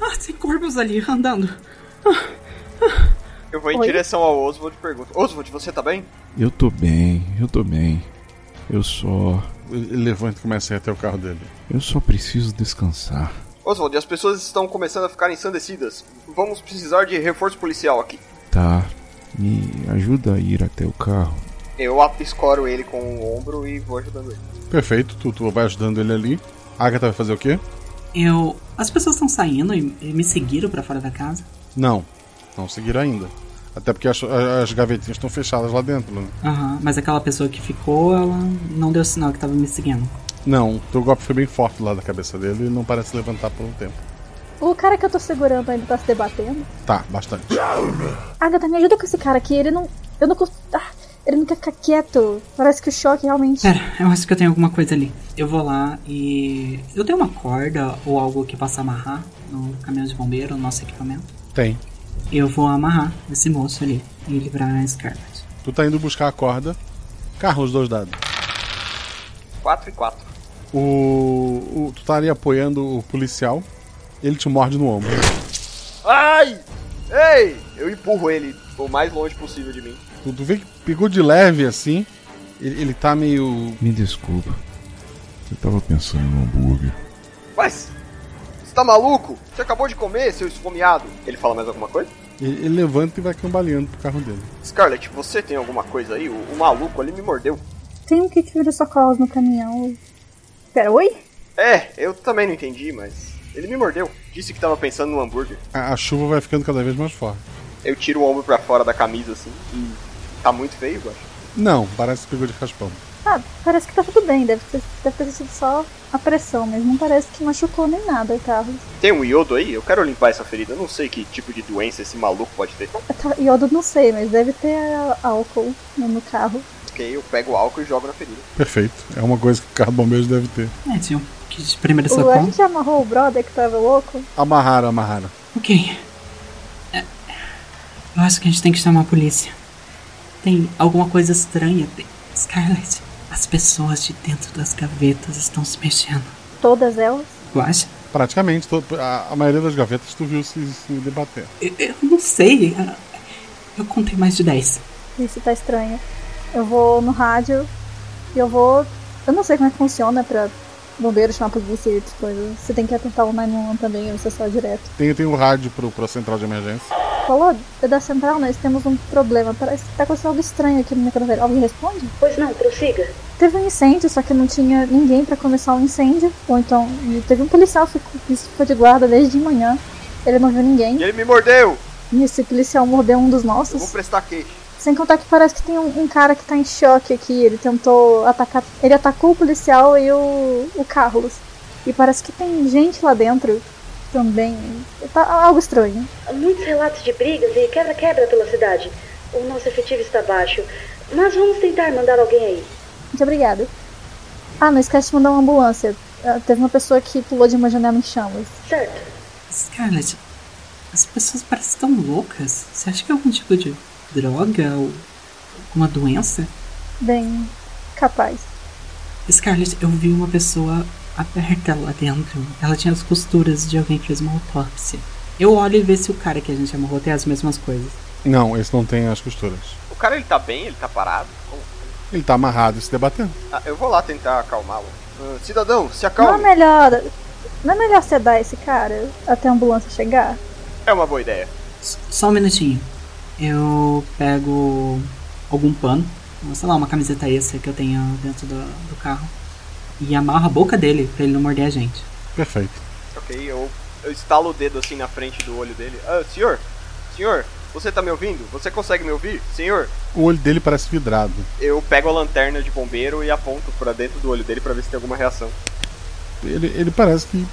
[SPEAKER 12] Ah, tem corpos ali andando.
[SPEAKER 13] Eu vou em
[SPEAKER 12] Oi?
[SPEAKER 13] direção ao Oswald e pergunto: Oswald, você tá bem?
[SPEAKER 16] Eu tô bem, eu tô bem. Eu só.
[SPEAKER 1] Ele levanta e começa a ir até o carro dele.
[SPEAKER 16] Eu só preciso descansar.
[SPEAKER 13] Oswald, as pessoas estão começando a ficar ensandecidas. Vamos precisar de reforço policial aqui.
[SPEAKER 16] Tá. Me ajuda a ir até o carro.
[SPEAKER 13] Eu ap- escoro ele com o ombro e vou ajudando ele.
[SPEAKER 1] Perfeito, tu, tu vai ajudando ele ali. A Agatha vai fazer o quê?
[SPEAKER 12] Eu. As pessoas estão saindo e, e me seguiram pra fora da casa.
[SPEAKER 1] Não, não seguiram ainda. Até porque as, as gavetinhas estão fechadas lá dentro, né?
[SPEAKER 12] Aham, mas aquela pessoa que ficou, ela não deu sinal que tava me seguindo.
[SPEAKER 1] Não, teu golpe foi bem forte lá da cabeça dele e não parece levantar por um tempo.
[SPEAKER 10] O cara que eu tô segurando ainda tá se debatendo.
[SPEAKER 1] Tá, bastante.
[SPEAKER 10] Agatha, me ajuda com esse cara aqui, ele não. Eu não cons- ah, ele não quer ficar quieto. Parece que o choque realmente.
[SPEAKER 12] Pera, eu acho que eu tenho alguma coisa ali. Eu vou lá e. Eu tenho uma corda ou algo que possa amarrar no caminhão de bombeiro, no nosso equipamento.
[SPEAKER 1] Tem.
[SPEAKER 12] Eu vou amarrar esse moço ali e livrar a Scarlet.
[SPEAKER 1] Tu tá indo buscar a corda. Carlos, dois dados.
[SPEAKER 13] 4 e 4.
[SPEAKER 1] O, o- tu tá ali apoiando o policial. Ele te morde no ombro.
[SPEAKER 13] Ai! Ei! Eu empurro ele o mais longe possível de mim.
[SPEAKER 1] Tu, tu vê que pegou de leve assim. Ele, ele tá meio.
[SPEAKER 16] Me desculpa. Eu tava pensando no hambúrguer.
[SPEAKER 13] Mas! Você tá maluco? Você acabou de comer, seu esfomeado. Ele fala mais alguma coisa?
[SPEAKER 1] Ele, ele levanta e vai cambaleando pro carro dele.
[SPEAKER 13] Scarlett, você tem alguma coisa aí? O, o maluco ali me mordeu.
[SPEAKER 10] Tem um kit vira-socorros no caminhão. Pera, oi?
[SPEAKER 13] É, eu também não entendi, mas. Ele me mordeu. Disse que tava pensando no hambúrguer.
[SPEAKER 1] A, a chuva vai ficando cada vez mais forte.
[SPEAKER 13] Eu tiro o ombro pra fora da camisa assim. E tá muito feio, eu acho.
[SPEAKER 1] Não, parece que pegou de raspão.
[SPEAKER 10] Ah, parece que tá tudo bem, deve ter, deve ter sido só a pressão, mas não parece que machucou nem nada o carro.
[SPEAKER 13] Tem um iodo aí? Eu quero limpar essa ferida. Eu não sei que tipo de doença esse maluco pode ter.
[SPEAKER 10] Tá, Iodo não sei, mas deve ter á- álcool no no carro.
[SPEAKER 13] Ok, eu pego o álcool e jogo na ferida.
[SPEAKER 1] Perfeito. É uma coisa que o carro de bombeiros deve ter.
[SPEAKER 12] É, tio. Que de primeira
[SPEAKER 10] O, a
[SPEAKER 12] socorro.
[SPEAKER 10] gente amarrou o brother que tava louco.
[SPEAKER 1] Amarraram, amarraram.
[SPEAKER 12] Ok. É, Eu acho que a gente tem que chamar a polícia. Tem alguma coisa estranha. Tem- Scarlet, as pessoas de dentro das gavetas estão se mexendo.
[SPEAKER 10] Todas elas.
[SPEAKER 12] Tu acha?
[SPEAKER 1] Praticamente, to- a, a maioria das gavetas tu viu se, se debater.
[SPEAKER 12] Eu, eu não sei. ah, Eu contei mais de 10.
[SPEAKER 10] Isso tá estranho. Eu vou no rádio e eu vou. Eu não sei como é que funciona pra bombeiro chamar polícia e outras coisas. Você tem que atentar o 911 também, ou você só direto.
[SPEAKER 1] Tem, tem um rádio pro, pra central de emergência.
[SPEAKER 10] Falou, é da central, nós temos um problema. Parece que tá acontecendo algo estranho aqui no microfone. Alguém responde?
[SPEAKER 14] Pois não, prossiga.
[SPEAKER 10] Teve um incêndio, só que não tinha ninguém pra começar o incêndio. Ou então, e teve um policial que ficou- que ficou de guarda desde de manhã. Ele não viu ninguém.
[SPEAKER 13] E ele me mordeu!
[SPEAKER 10] E esse policial mordeu um dos
[SPEAKER 13] Eu vou
[SPEAKER 10] nossos.
[SPEAKER 13] prestar queixa.
[SPEAKER 10] Sem contar que parece que tem um, um cara que tá em choque aqui. Ele tentou atacar. Ele atacou o policial e o, o Carlos. E parece que tem gente lá dentro também. Tá algo estranho.
[SPEAKER 14] Há Muitos relatos de brigas e quebra-quebra pela cidade. O nosso efetivo está baixo. Mas vamos tentar mandar alguém aí.
[SPEAKER 10] Muito obrigada. Ah, não esquece de mandar uma ambulância. Ah, Teve uma pessoa que pulou de uma janela em chamas.
[SPEAKER 14] Certo.
[SPEAKER 12] Scarlett, as pessoas parecem tão loucas. Você acha que é algum tipo de droga ou alguma doença?
[SPEAKER 10] Bem, capaz.
[SPEAKER 12] Scarlett, eu vi uma pessoa aberta lá dentro. Ela tinha as costuras de alguém que fez uma autópsia. Eu olho e vejo se o cara que a gente amarrou tem as mesmas coisas.
[SPEAKER 1] Não, esse não tem as costuras.
[SPEAKER 13] O cara ele tá bem, ele tá parado. Como-
[SPEAKER 1] Ele tá amarrado e se debatendo.
[SPEAKER 13] Ah, eu vou lá tentar acalmá-lo. Ah, cidadão, se
[SPEAKER 10] Não é
[SPEAKER 13] acalme.
[SPEAKER 10] melhor. Não é melhor sedar esse cara até a ambulância chegar?
[SPEAKER 13] É uma boa ideia.
[SPEAKER 12] Só um minutinho. Eu pego algum pano, uma, sei lá, uma camiseta extra que eu tenho dentro do, do carro, e amarro a boca dele pra ele não morder a gente.
[SPEAKER 1] Perfeito.
[SPEAKER 13] Ok, eu, eu estalo o dedo assim na frente do olho dele. Ah, senhor, senhor, você tá me ouvindo? Você consegue me ouvir? Senhor,
[SPEAKER 1] O olho dele parece vidrado.
[SPEAKER 13] eu pego a lanterna de bombeiro e aponto pra dentro do olho dele pra ver se tem alguma reação.
[SPEAKER 1] Ele, ele parece que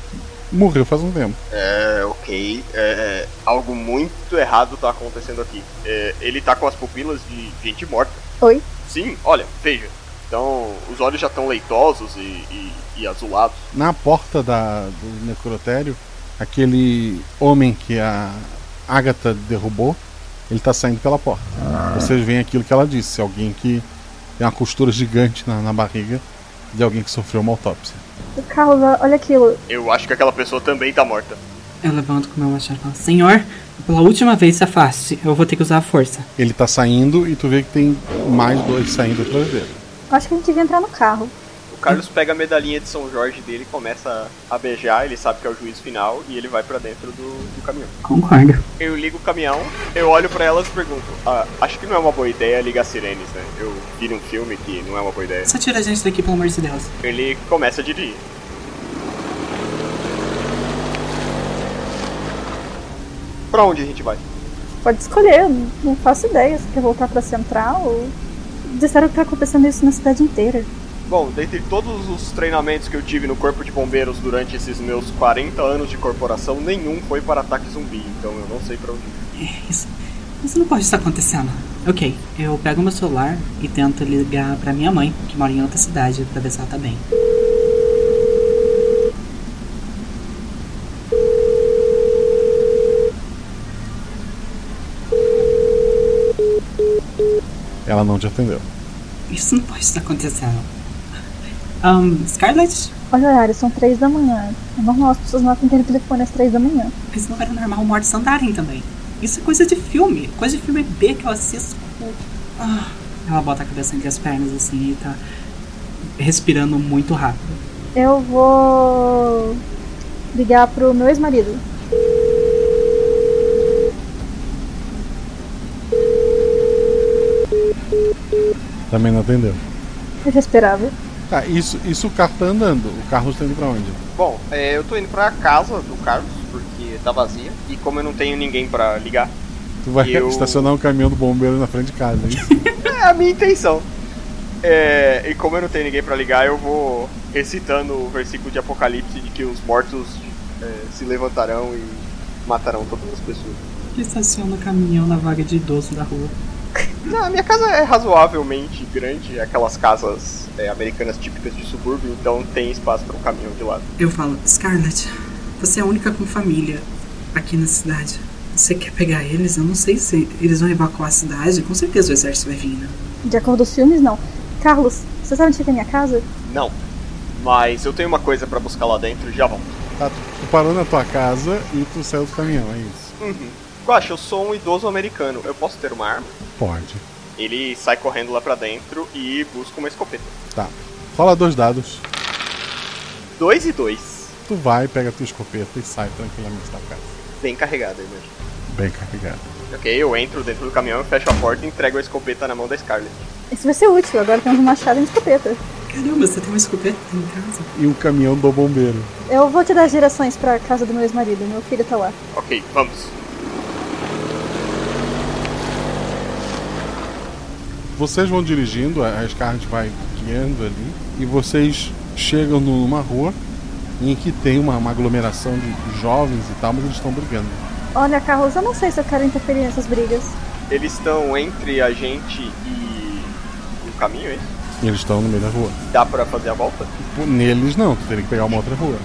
[SPEAKER 1] morreu faz um tempo.
[SPEAKER 13] É, ok. É, algo muito errado tá acontecendo aqui. É, ele tá com as pupilas de gente morta.
[SPEAKER 10] Oi?
[SPEAKER 13] Sim, olha, veja. Então, os olhos já estão leitosos e, e- e azulados.
[SPEAKER 1] Na porta da, do necrotério, aquele homem que a Agatha derrubou, ele tá saindo pela porta. Vocês veem aquilo que ela disse: alguém que tem uma costura gigante na, na barriga de alguém que sofreu uma autópsia.
[SPEAKER 10] O Carlos, olha aquilo.
[SPEAKER 13] Eu acho que aquela pessoa também tá morta.
[SPEAKER 12] Eu levanto com o meu machado e falo, Senhor, pela última vez se afaste, eu vou ter que usar a força.
[SPEAKER 1] Ele tá saindo e tu vê que tem mais dois saindo atrás dele.
[SPEAKER 10] Acho que a gente devia entrar no carro.
[SPEAKER 13] O Carlos pega a medalhinha de São Jorge dele, começa a beijar, ele sabe que é o juiz final e ele vai pra dentro do, do caminhão.
[SPEAKER 12] Concordo.
[SPEAKER 13] Eu ligo o caminhão, eu olho pra elas e pergunto: "Ah, acho que não é uma boa ideia ligar sirenes, né? Eu vi um filme que não é uma boa ideia.
[SPEAKER 12] Só tira a gente daqui, pelo amor de Deus.
[SPEAKER 13] Ele começa a dirigir. Pra onde a gente vai?
[SPEAKER 10] Pode escolher, eu não faço ideia se quer voltar pra central ou. Disseram que tá acontecendo isso na cidade inteira.
[SPEAKER 13] Bom, dentre todos os treinamentos que eu tive no Corpo de Bombeiros durante esses meus 40 anos de corporação, nenhum foi para ataque zumbi, então eu não sei pra onde.
[SPEAKER 12] É isso. Isso não pode estar acontecendo. Ok, eu pego meu celular e tento ligar pra minha mãe, que mora em outra cidade, pra ver se ela tá bem.
[SPEAKER 1] Ela não te atendeu.
[SPEAKER 12] Isso não pode estar acontecendo. Um, Scarlett,
[SPEAKER 10] Olha o horário, são três da manhã. É normal, as pessoas não atendem o telefone às três da manhã.
[SPEAKER 12] mas não era normal mortes andarem também. Isso é coisa de filme, coisa de filme B que eu assisto. com- Ah, ela bota a cabeça entre as pernas assim e tá respirando muito rápido.
[SPEAKER 10] Eu vou ligar pro meu ex-marido.
[SPEAKER 1] Também não atendeu.
[SPEAKER 10] Eu já esperava.
[SPEAKER 1] Tá, isso, isso o carro tá andando. O Carlos tá indo pra onde?
[SPEAKER 13] Bom, é, eu tô indo pra casa do Carlos, porque tá vazia, e como eu não tenho ninguém pra ligar,
[SPEAKER 1] Tu vai
[SPEAKER 13] eu...
[SPEAKER 1] estacionar o caminhão do bombeiro na frente de casa, é isso?
[SPEAKER 13] É a minha intenção. É, e como eu não tenho ninguém pra ligar, eu vou recitando o versículo de Apocalipse de que os mortos é, se levantarão e matarão todas as pessoas.
[SPEAKER 12] Ele estaciona o caminhão na vaga de idoso da rua.
[SPEAKER 13] Não, a minha casa é razoavelmente grande, é aquelas casas é, americanas típicas de subúrbio, então tem espaço para um caminhão de lado.
[SPEAKER 12] Eu falo, Scarlett, você é a única com família aqui na cidade. Você quer pegar eles? Eu não sei se eles vão evacuar a cidade. Com certeza o exército vai vir, né?
[SPEAKER 10] De acordo com os filmes, não. Carlos, você sabe onde fica a minha casa?
[SPEAKER 13] Não, mas eu tenho uma coisa para buscar lá dentro e já volto.
[SPEAKER 1] Tá, tu, tu parou na tua casa e tu saiu do caminhão, é isso?
[SPEAKER 13] Uhum. Guaxa, eu sou um idoso americano, eu posso ter uma arma?
[SPEAKER 1] Pode.
[SPEAKER 13] Ele sai correndo lá pra dentro e busca uma escopeta.
[SPEAKER 1] Tá. Rola dois dados.
[SPEAKER 13] Dois e dois.
[SPEAKER 1] Tu vai, pega a tua escopeta e sai tranquilamente da casa.
[SPEAKER 13] Bem carregado, eu imagino.
[SPEAKER 1] Bem carregado.
[SPEAKER 13] Ok, eu entro dentro do caminhão, fecho a porta e entrego a escopeta na mão da Scarlett.
[SPEAKER 10] Isso vai ser útil, agora temos um machado e uma escopeta.
[SPEAKER 12] Caramba, você tem uma escopeta em casa?
[SPEAKER 1] E o caminhão do bombeiro.
[SPEAKER 10] Eu vou te dar as direções pra casa do meu ex-marido, meu filho tá lá.
[SPEAKER 13] Ok, vamos.
[SPEAKER 1] Vocês vão dirigindo, a a Scarlet vai guiando ali, e vocês chegam numa rua em que tem uma, uma aglomeração de jovens e tal, mas eles estão brigando.
[SPEAKER 10] Olha, Carlos, eu não sei se eu quero interferir nessas brigas.
[SPEAKER 13] Eles estão entre a gente e o caminho, é isso?
[SPEAKER 1] Eles estão no meio da rua.
[SPEAKER 13] Dá pra fazer a volta?
[SPEAKER 1] Pô, Neles não, tu teria que pegar uma outra rua.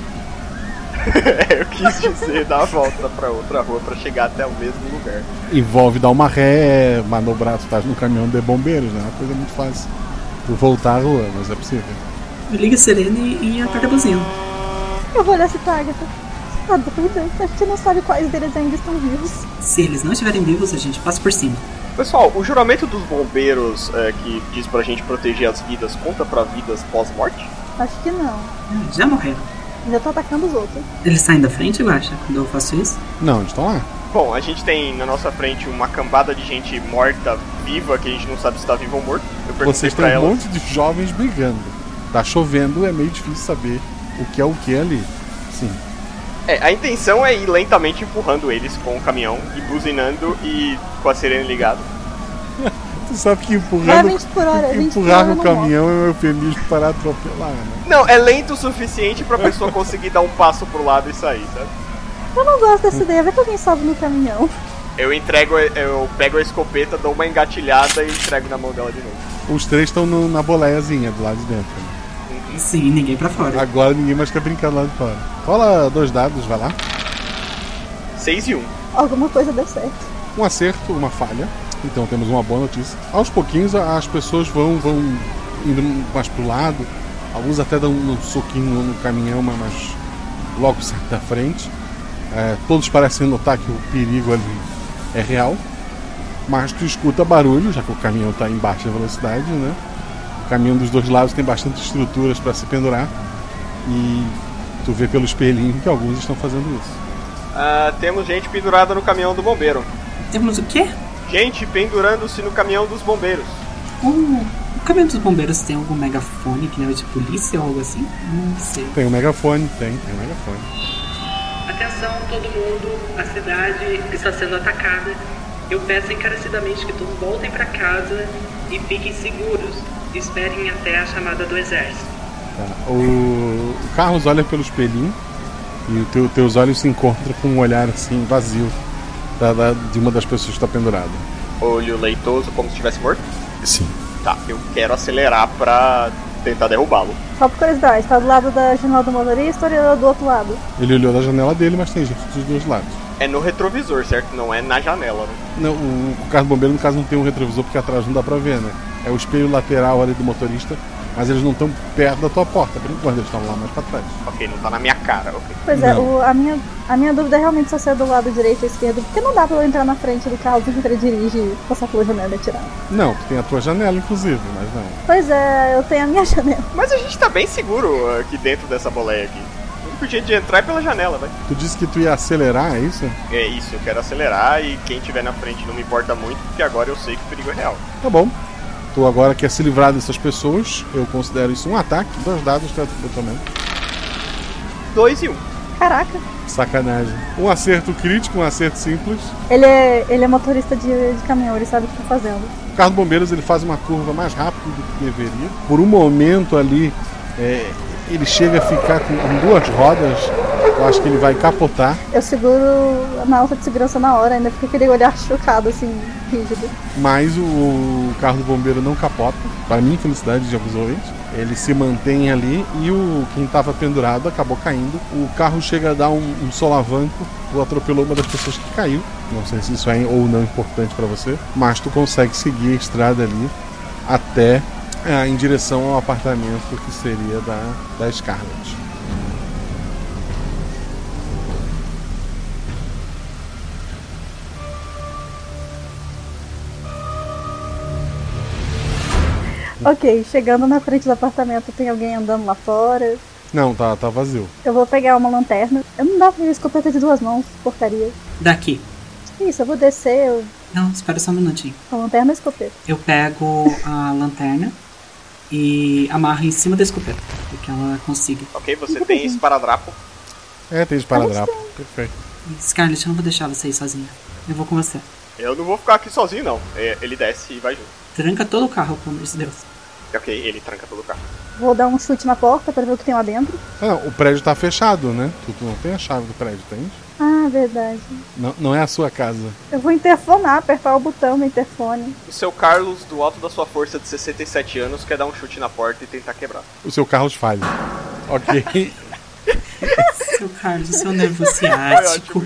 [SPEAKER 13] É, eu quis dizer dar a volta pra outra rua pra chegar até o mesmo lugar.
[SPEAKER 1] Envolve dar uma ré, manobrar, tu tá no caminhão de bombeiros, né? É uma coisa muito fácil. Tu voltar à rua, mas é possível.
[SPEAKER 12] Liga a sirene e, e aperta a buzina.
[SPEAKER 10] Eu vou olhar se tá Agatha. Tá doida? A gente não sabe quais deles ainda estão vivos.
[SPEAKER 12] Se eles não estiverem vivos, a gente passa por cima.
[SPEAKER 13] Pessoal, o juramento dos bombeiros é, que diz pra gente proteger as vidas conta pra vidas pós-morte?
[SPEAKER 10] Acho que não.
[SPEAKER 12] Hum, Já morreram.
[SPEAKER 10] Mas eu tô atacando os outros.
[SPEAKER 12] Eles saem da frente, eu acho, quando eu faço isso.
[SPEAKER 1] Não, eles estão lá.
[SPEAKER 13] Bom, a gente tem na nossa frente uma cambada de gente morta, viva, que a gente não sabe se tá viva ou morto. Eu perguntei
[SPEAKER 1] Vocês têm
[SPEAKER 13] pra
[SPEAKER 1] um
[SPEAKER 13] ela.
[SPEAKER 1] monte de jovens brigando. Tá chovendo, é meio difícil saber o que é o que ali. Sim.
[SPEAKER 13] É, a intenção é ir lentamente empurrando eles com o caminhão e buzinando e com a sirene ligada.
[SPEAKER 1] Tu sabe que empurrar, no,
[SPEAKER 10] Realmente por hora, 20 por
[SPEAKER 1] empurrar
[SPEAKER 10] hora.
[SPEAKER 1] no caminhão é um eufemismo para atropelar, né?
[SPEAKER 13] Não, é lento o suficiente pra pessoa conseguir dar um passo pro lado e sair, sabe?
[SPEAKER 10] Eu não gosto dessa ideia, vai que alguém sobe no caminhão.
[SPEAKER 13] Eu entrego, eu pego a escopeta, dou uma engatilhada e entrego na mão dela de novo.
[SPEAKER 1] Os três estão no- na boleiazinha do lado de dentro. né?
[SPEAKER 12] Sim, ninguém pra fora.
[SPEAKER 1] Agora ninguém mais quer brincar do lado de fora. Rola dois dados, vai lá.
[SPEAKER 13] 6 e 1.
[SPEAKER 10] Alguma coisa deu certo.
[SPEAKER 1] um acerto, uma falha. Então temos uma boa notícia. Aos pouquinhos a- as pessoas vão, vão indo mais pro lado. Alguns até dão um soquinho no caminhão, mas- mas logo sai da frente. É, todos parecem notar que o perigo ali é real. Mas tu escuta barulho, já que o caminhão está em baixa velocidade, né? O caminhão dos dois lados tem bastante estruturas para se pendurar. E tu vê pelo espelhinho que alguns estão fazendo isso.
[SPEAKER 13] Ah, temos gente pendurada no caminhão do bombeiro.
[SPEAKER 12] Temos o quê?
[SPEAKER 13] Gente pendurando-se no caminhão dos bombeiros.
[SPEAKER 12] O, o Um caminhão dos bombeiros tem algum megafone que leva de polícia ou algo assim? Não sei.
[SPEAKER 1] Tem um megafone, tem, tem um megafone.
[SPEAKER 17] Atenção, todo mundo, a cidade está sendo atacada. Eu peço encarecidamente que todos voltem para casa e fiquem seguros. Esperem até a chamada do exército.
[SPEAKER 1] Tá. O o Carlos olha pelo espelhinho e os teu, teus olhos se encontram com um olhar assim vazio da- da- de uma das pessoas que está pendurada.
[SPEAKER 13] Olho leitoso, como se estivesse morto.
[SPEAKER 1] Sim.
[SPEAKER 13] Tá, eu quero acelerar pra tentar derrubá-lo.
[SPEAKER 10] Só por curiosidade, tá do lado da janela do motorista ou é do outro lado?
[SPEAKER 1] Ele olhou da janela dele, mas tem gente dos dois lados.
[SPEAKER 13] É no retrovisor, certo? Não é na janela, né?
[SPEAKER 1] Não, o, o carro do bombeiro, no caso, não tem um retrovisor porque atrás não dá pra ver, né? É o espelho lateral ali do motorista, mas eles não estão perto da tua porta, por enquanto eles estão lá mais pra trás.
[SPEAKER 13] Ok, não tá na minha cara, ok.
[SPEAKER 10] Pois é,
[SPEAKER 1] Não.
[SPEAKER 10] o- a, minha, a minha dúvida é realmente se você é do lado direito ou esquerdo, porque não dá pra eu entrar na frente do carro sem que ele dirige e passar pela janela e atirar.
[SPEAKER 1] Não, tu tem a tua janela, inclusive, mas não.
[SPEAKER 10] Pois é, eu tenho a minha janela.
[SPEAKER 13] Mas a gente tá bem seguro aqui dentro dessa boleia aqui. O único jeito de entrar é pela janela, vai.
[SPEAKER 1] Tu disse que tu ia acelerar, é isso?
[SPEAKER 13] É isso, eu quero acelerar e quem tiver na frente não me importa muito, porque agora eu sei que o perigo é real.
[SPEAKER 1] Tá bom. Tu agora quer se livrar dessas pessoas, eu considero isso um ataque, dois dados pra tu também.
[SPEAKER 13] 2 e 1.
[SPEAKER 10] Caraca,
[SPEAKER 1] Sacanagem. Um acerto crítico, um acerto simples.
[SPEAKER 10] ele é, ele é motorista de, de caminhão, ele sabe o que tá fazendo.
[SPEAKER 1] O carro de bombeiros ele faz uma curva mais rápido do que deveria. Por um momento ali, é, ele chega a ficar com, com duas rodas. Eu acho que ele vai capotar.
[SPEAKER 10] Eu seguro na alta de segurança na hora, ainda fica aquele olhar chocado, assim, rígido.
[SPEAKER 1] Mas o, o carro do bombeiro não capota. Para minha felicidade de alguns ouvintes, ele se mantém ali e o quem estava pendurado acabou caindo. O carro chega a dar um, um solavanco, tu atropelou uma das pessoas que caiu. Não sei se isso é ou não importante para você, mas tu consegue seguir a estrada ali até ah, em direção ao apartamento que seria da, da Scarlett.
[SPEAKER 10] Ok, chegando na frente do apartamento, tem alguém andando lá fora.
[SPEAKER 1] Não, tá, tá vazio.
[SPEAKER 10] Eu vou pegar uma lanterna. Eu não dá pra minha escopeta de duas mãos, porcaria.
[SPEAKER 12] Daqui.
[SPEAKER 10] Isso, eu vou descer, eu...
[SPEAKER 12] Não, espera só um minutinho.
[SPEAKER 10] a lanterna e a escopeta.
[SPEAKER 12] Eu pego a lanterna e amarro em cima da escopeta, para que ela consiga.
[SPEAKER 13] Ok, você tem esparadrapo.
[SPEAKER 1] É, tem esparadrapo. Perfeito.
[SPEAKER 12] Scarlett, eu não vou deixar você ir sozinha. Eu vou com você.
[SPEAKER 13] Eu não vou ficar aqui sozinho, não. É, Ele desce e vai junto. É
[SPEAKER 12] Tranca todo o carro, pelo amor de Deus.
[SPEAKER 13] Ok, ele tranca todo o carro.
[SPEAKER 10] Vou dar um chute na porta pra ver o que tem lá dentro.
[SPEAKER 1] É, Ah, não, o prédio tá fechado, né? Tu, tu não tem a chave do prédio, tens?
[SPEAKER 10] Ah, verdade.
[SPEAKER 1] Não, não é a sua casa.
[SPEAKER 10] Eu vou interfonar, apertar o botão do interfone.
[SPEAKER 13] O seu Carlos, do alto da sua força de 67 anos, quer dar um chute na porta e tentar quebrar.
[SPEAKER 1] O seu Carlos falha. Ok.
[SPEAKER 12] Seu Carlos, seu nervo ciático.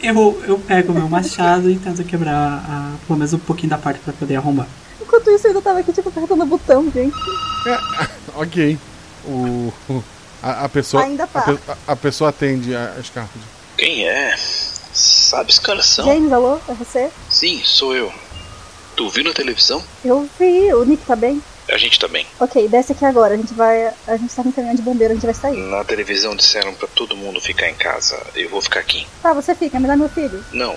[SPEAKER 12] Eu, eu pego meu machado e tento quebrar a, pelo menos um pouquinho da parte pra poder arrombar.
[SPEAKER 10] Enquanto isso, eu ainda tava aqui, tipo, apertando o botão, gente.
[SPEAKER 1] ok. O, o- a, a pessoa,
[SPEAKER 10] Ainda
[SPEAKER 1] a
[SPEAKER 10] pá.
[SPEAKER 1] pe- a, a pessoa atende a, a Scarped.
[SPEAKER 18] Quem é? Sabes quem elas são?
[SPEAKER 10] James, alô? É você?
[SPEAKER 18] Sim, sou eu. Tu viu na televisão?
[SPEAKER 10] Eu vi. O Nick tá bem?
[SPEAKER 18] A gente tá bem.
[SPEAKER 10] Ok, desce aqui agora. A gente vai. A gente tá no caminhão de bombeiro, a gente vai sair.
[SPEAKER 18] Na televisão disseram pra todo mundo ficar em casa. Eu vou ficar aqui.
[SPEAKER 10] Tá, você fica, me dá meu filho.
[SPEAKER 18] Não,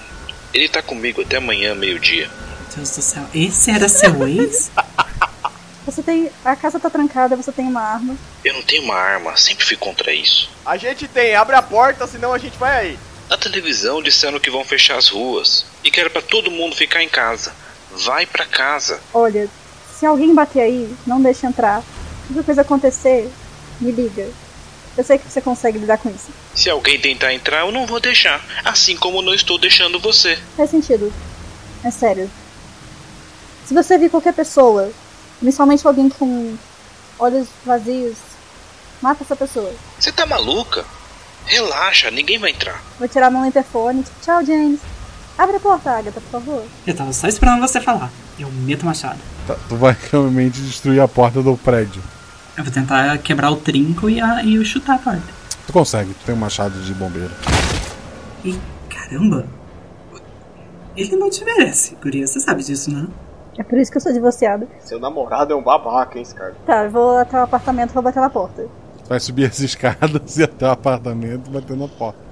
[SPEAKER 18] ele tá comigo até amanhã, meio-dia.
[SPEAKER 12] Meu Deus do céu. Esse era seu ex?
[SPEAKER 10] Você tem. A casa tá trancada, você tem uma arma.
[SPEAKER 18] Eu não tenho uma arma, sempre fui contra isso.
[SPEAKER 13] A gente tem, abre a porta, senão a gente vai aí.
[SPEAKER 18] Na televisão disseram que vão fechar as ruas e que era pra todo mundo ficar em casa. Vai pra casa.
[SPEAKER 10] Olha, se alguém bater aí, não deixe entrar. Se alguma coisa acontecer, me liga. Eu sei que você consegue lidar com isso.
[SPEAKER 18] Se alguém tentar entrar, eu não vou deixar. Assim como não estou deixando você.
[SPEAKER 10] Faz sentido. É sério. Se você vir qualquer pessoa, principalmente alguém com olhos vazios, mata essa pessoa.
[SPEAKER 18] Você tá maluca? Relaxa, ninguém vai entrar.
[SPEAKER 10] Vou tirar a mão do interfone. tipo, Tchau, James. Abre a porta, Agatha, por favor.
[SPEAKER 12] Eu tava só esperando você falar. Eu meto o machado.
[SPEAKER 1] Tá, tu vai realmente destruir a porta do prédio.
[SPEAKER 12] Eu vou tentar quebrar o trinco e, a, e eu chutar a porta.
[SPEAKER 1] Tu consegue, tu tem um machado de bombeiro.
[SPEAKER 12] E caramba! Ele não te merece, Guria, você sabe disso, né?
[SPEAKER 10] É por isso que eu sou divorciada.
[SPEAKER 13] Seu namorado é um babaca, hein, Scarlet?
[SPEAKER 10] Tá, eu vou até o apartamento, vou bater na porta.
[SPEAKER 1] Tu vai subir as escadas e até o apartamento batendo a porta.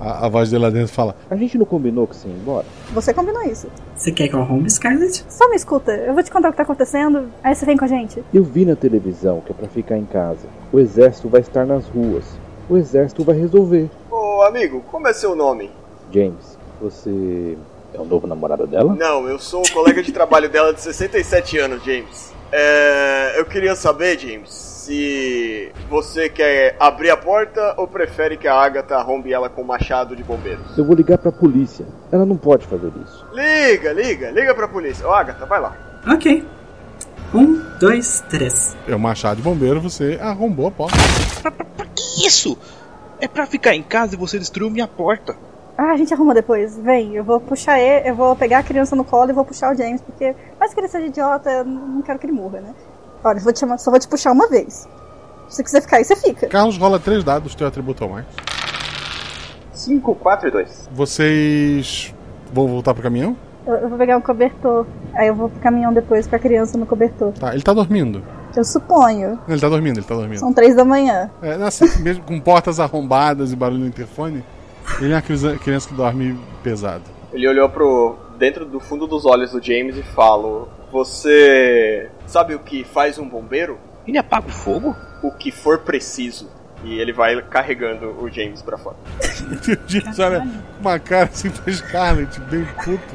[SPEAKER 1] A, a voz dele lá dentro fala:
[SPEAKER 19] A gente não combinou que você ia embora?
[SPEAKER 10] Você combinou isso.
[SPEAKER 12] Você quer que eu arrume, Scarlett?
[SPEAKER 10] Só me escuta, eu vou te contar o que tá acontecendo, aí você vem com a gente.
[SPEAKER 19] Eu vi na televisão que é pra ficar em casa. O exército vai estar nas ruas. O exército vai resolver.
[SPEAKER 13] Ô, amigo, como é seu nome?
[SPEAKER 19] James, você é o novo namorado dela?
[SPEAKER 13] Não, eu sou o colega de trabalho dela de 67 anos, James. É, eu queria saber, James, se você quer abrir a porta ou prefere que a Agatha arrombe ela com o machado de bombeiros.
[SPEAKER 19] Eu vou ligar pra polícia. Ela não pode fazer isso.
[SPEAKER 13] Liga, liga, liga pra polícia. Ô, Agatha, vai lá.
[SPEAKER 12] Ok. Um, dois, três.
[SPEAKER 1] É o machado de bombeiro, você arrombou a porta.
[SPEAKER 18] Que isso? É pra ficar em casa e você destruiu minha porta.
[SPEAKER 10] Ah, a gente arruma depois. Vem, eu vou puxar ele, eu vou pegar a criança no colo e vou puxar o James, porque mais que ele seja idiota, eu não quero que ele morra, né? Olha, eu vou te chamar, só vou te puxar uma vez. Se você quiser ficar aí, você fica.
[SPEAKER 1] Carlos rola três dados, teu atributo ao mais.
[SPEAKER 13] 5, 4 e 2.
[SPEAKER 1] Vocês vão voltar pro caminhão?
[SPEAKER 10] Eu, eu vou pegar um cobertor, aí eu vou pro caminhão depois com a criança no cobertor.
[SPEAKER 1] Tá, ele tá dormindo.
[SPEAKER 10] Eu suponho.
[SPEAKER 1] Ele tá dormindo, ele tá dormindo.
[SPEAKER 10] São três da manhã.
[SPEAKER 1] É, não, assim, mesmo com portas arrombadas e barulho no interfone, ele é uma criança- criança que dorme pesado.
[SPEAKER 13] Ele olhou pro dentro do fundo dos olhos do James e falou: Você sabe o que faz um bombeiro?
[SPEAKER 18] Ele apaga o fogo?
[SPEAKER 13] O que for preciso. E ele vai carregando o James pra fora.
[SPEAKER 1] Diz, olha, com uma cara assim pra Scarlet, bem puto.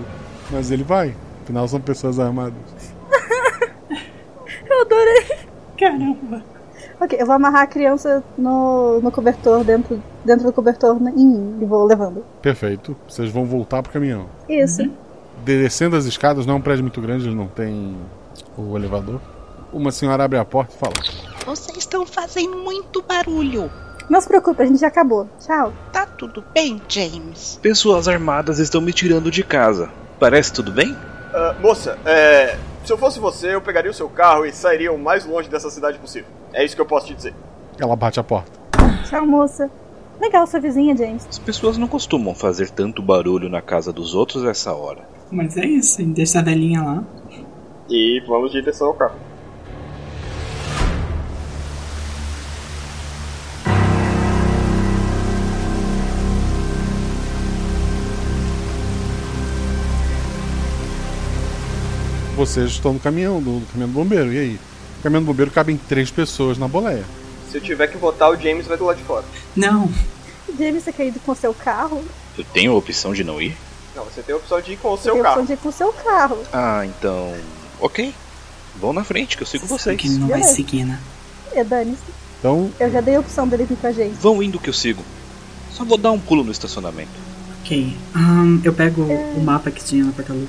[SPEAKER 1] Mas ele vai. Afinal, são pessoas armadas.
[SPEAKER 10] Eu adorei.
[SPEAKER 12] Caramba.
[SPEAKER 10] Ok, eu vou amarrar a criança no, no cobertor, dentro, dentro do cobertor né, em mim, e vou levando.
[SPEAKER 1] Perfeito. Vocês vão voltar pro caminhão.
[SPEAKER 10] Isso.
[SPEAKER 1] Descendo as escadas, não é um prédio muito grande, ele não tem o elevador. Uma senhora abre a porta e fala:
[SPEAKER 20] Vocês estão fazendo muito barulho.
[SPEAKER 10] Não se preocupe, a gente já acabou. Tchau.
[SPEAKER 20] Tá tudo bem, James?
[SPEAKER 18] Pessoas armadas estão me tirando de casa. Parece tudo bem?
[SPEAKER 13] Ah, moça, é, se eu fosse você, eu pegaria o seu carro e sairia o mais longe dessa cidade possível. É isso que eu posso te dizer.
[SPEAKER 1] Ela bate a porta.
[SPEAKER 10] Tchau, moça. Legal sua vizinha, James.
[SPEAKER 18] As pessoas não costumam fazer tanto barulho na casa dos outros é essa hora.
[SPEAKER 12] Mas é isso, deixa a velhinha lá.
[SPEAKER 13] E vamos de direção ao carro.
[SPEAKER 1] Vocês estão no caminhão, do, do caminhão do bombeiro. E aí? O caminhão do bombeiro cabem três pessoas na boleia.
[SPEAKER 13] Se eu tiver que votar, o James vai do lado de fora.
[SPEAKER 12] Não.
[SPEAKER 10] James você quer ir com o seu carro?
[SPEAKER 18] Eu tenho a opção de não ir?
[SPEAKER 13] Não, você tem a opção de ir com o
[SPEAKER 10] Tem
[SPEAKER 13] seu
[SPEAKER 10] a opção
[SPEAKER 13] carro.
[SPEAKER 10] de ir com o seu carro.
[SPEAKER 18] Ah, então. Ok. Vão na frente que eu sigo vocês.
[SPEAKER 12] Que ele não vai
[SPEAKER 10] Beleza.
[SPEAKER 12] seguir, né?
[SPEAKER 10] É, dane-se.
[SPEAKER 1] Então,
[SPEAKER 10] Eu já dei a opção dele vir com a gente.
[SPEAKER 21] Vão indo que eu sigo. Só vou dar um pulo no estacionamento.
[SPEAKER 12] Ok. Ahn, eu pego
[SPEAKER 20] É.
[SPEAKER 12] o mapa que tinha na porta-luva.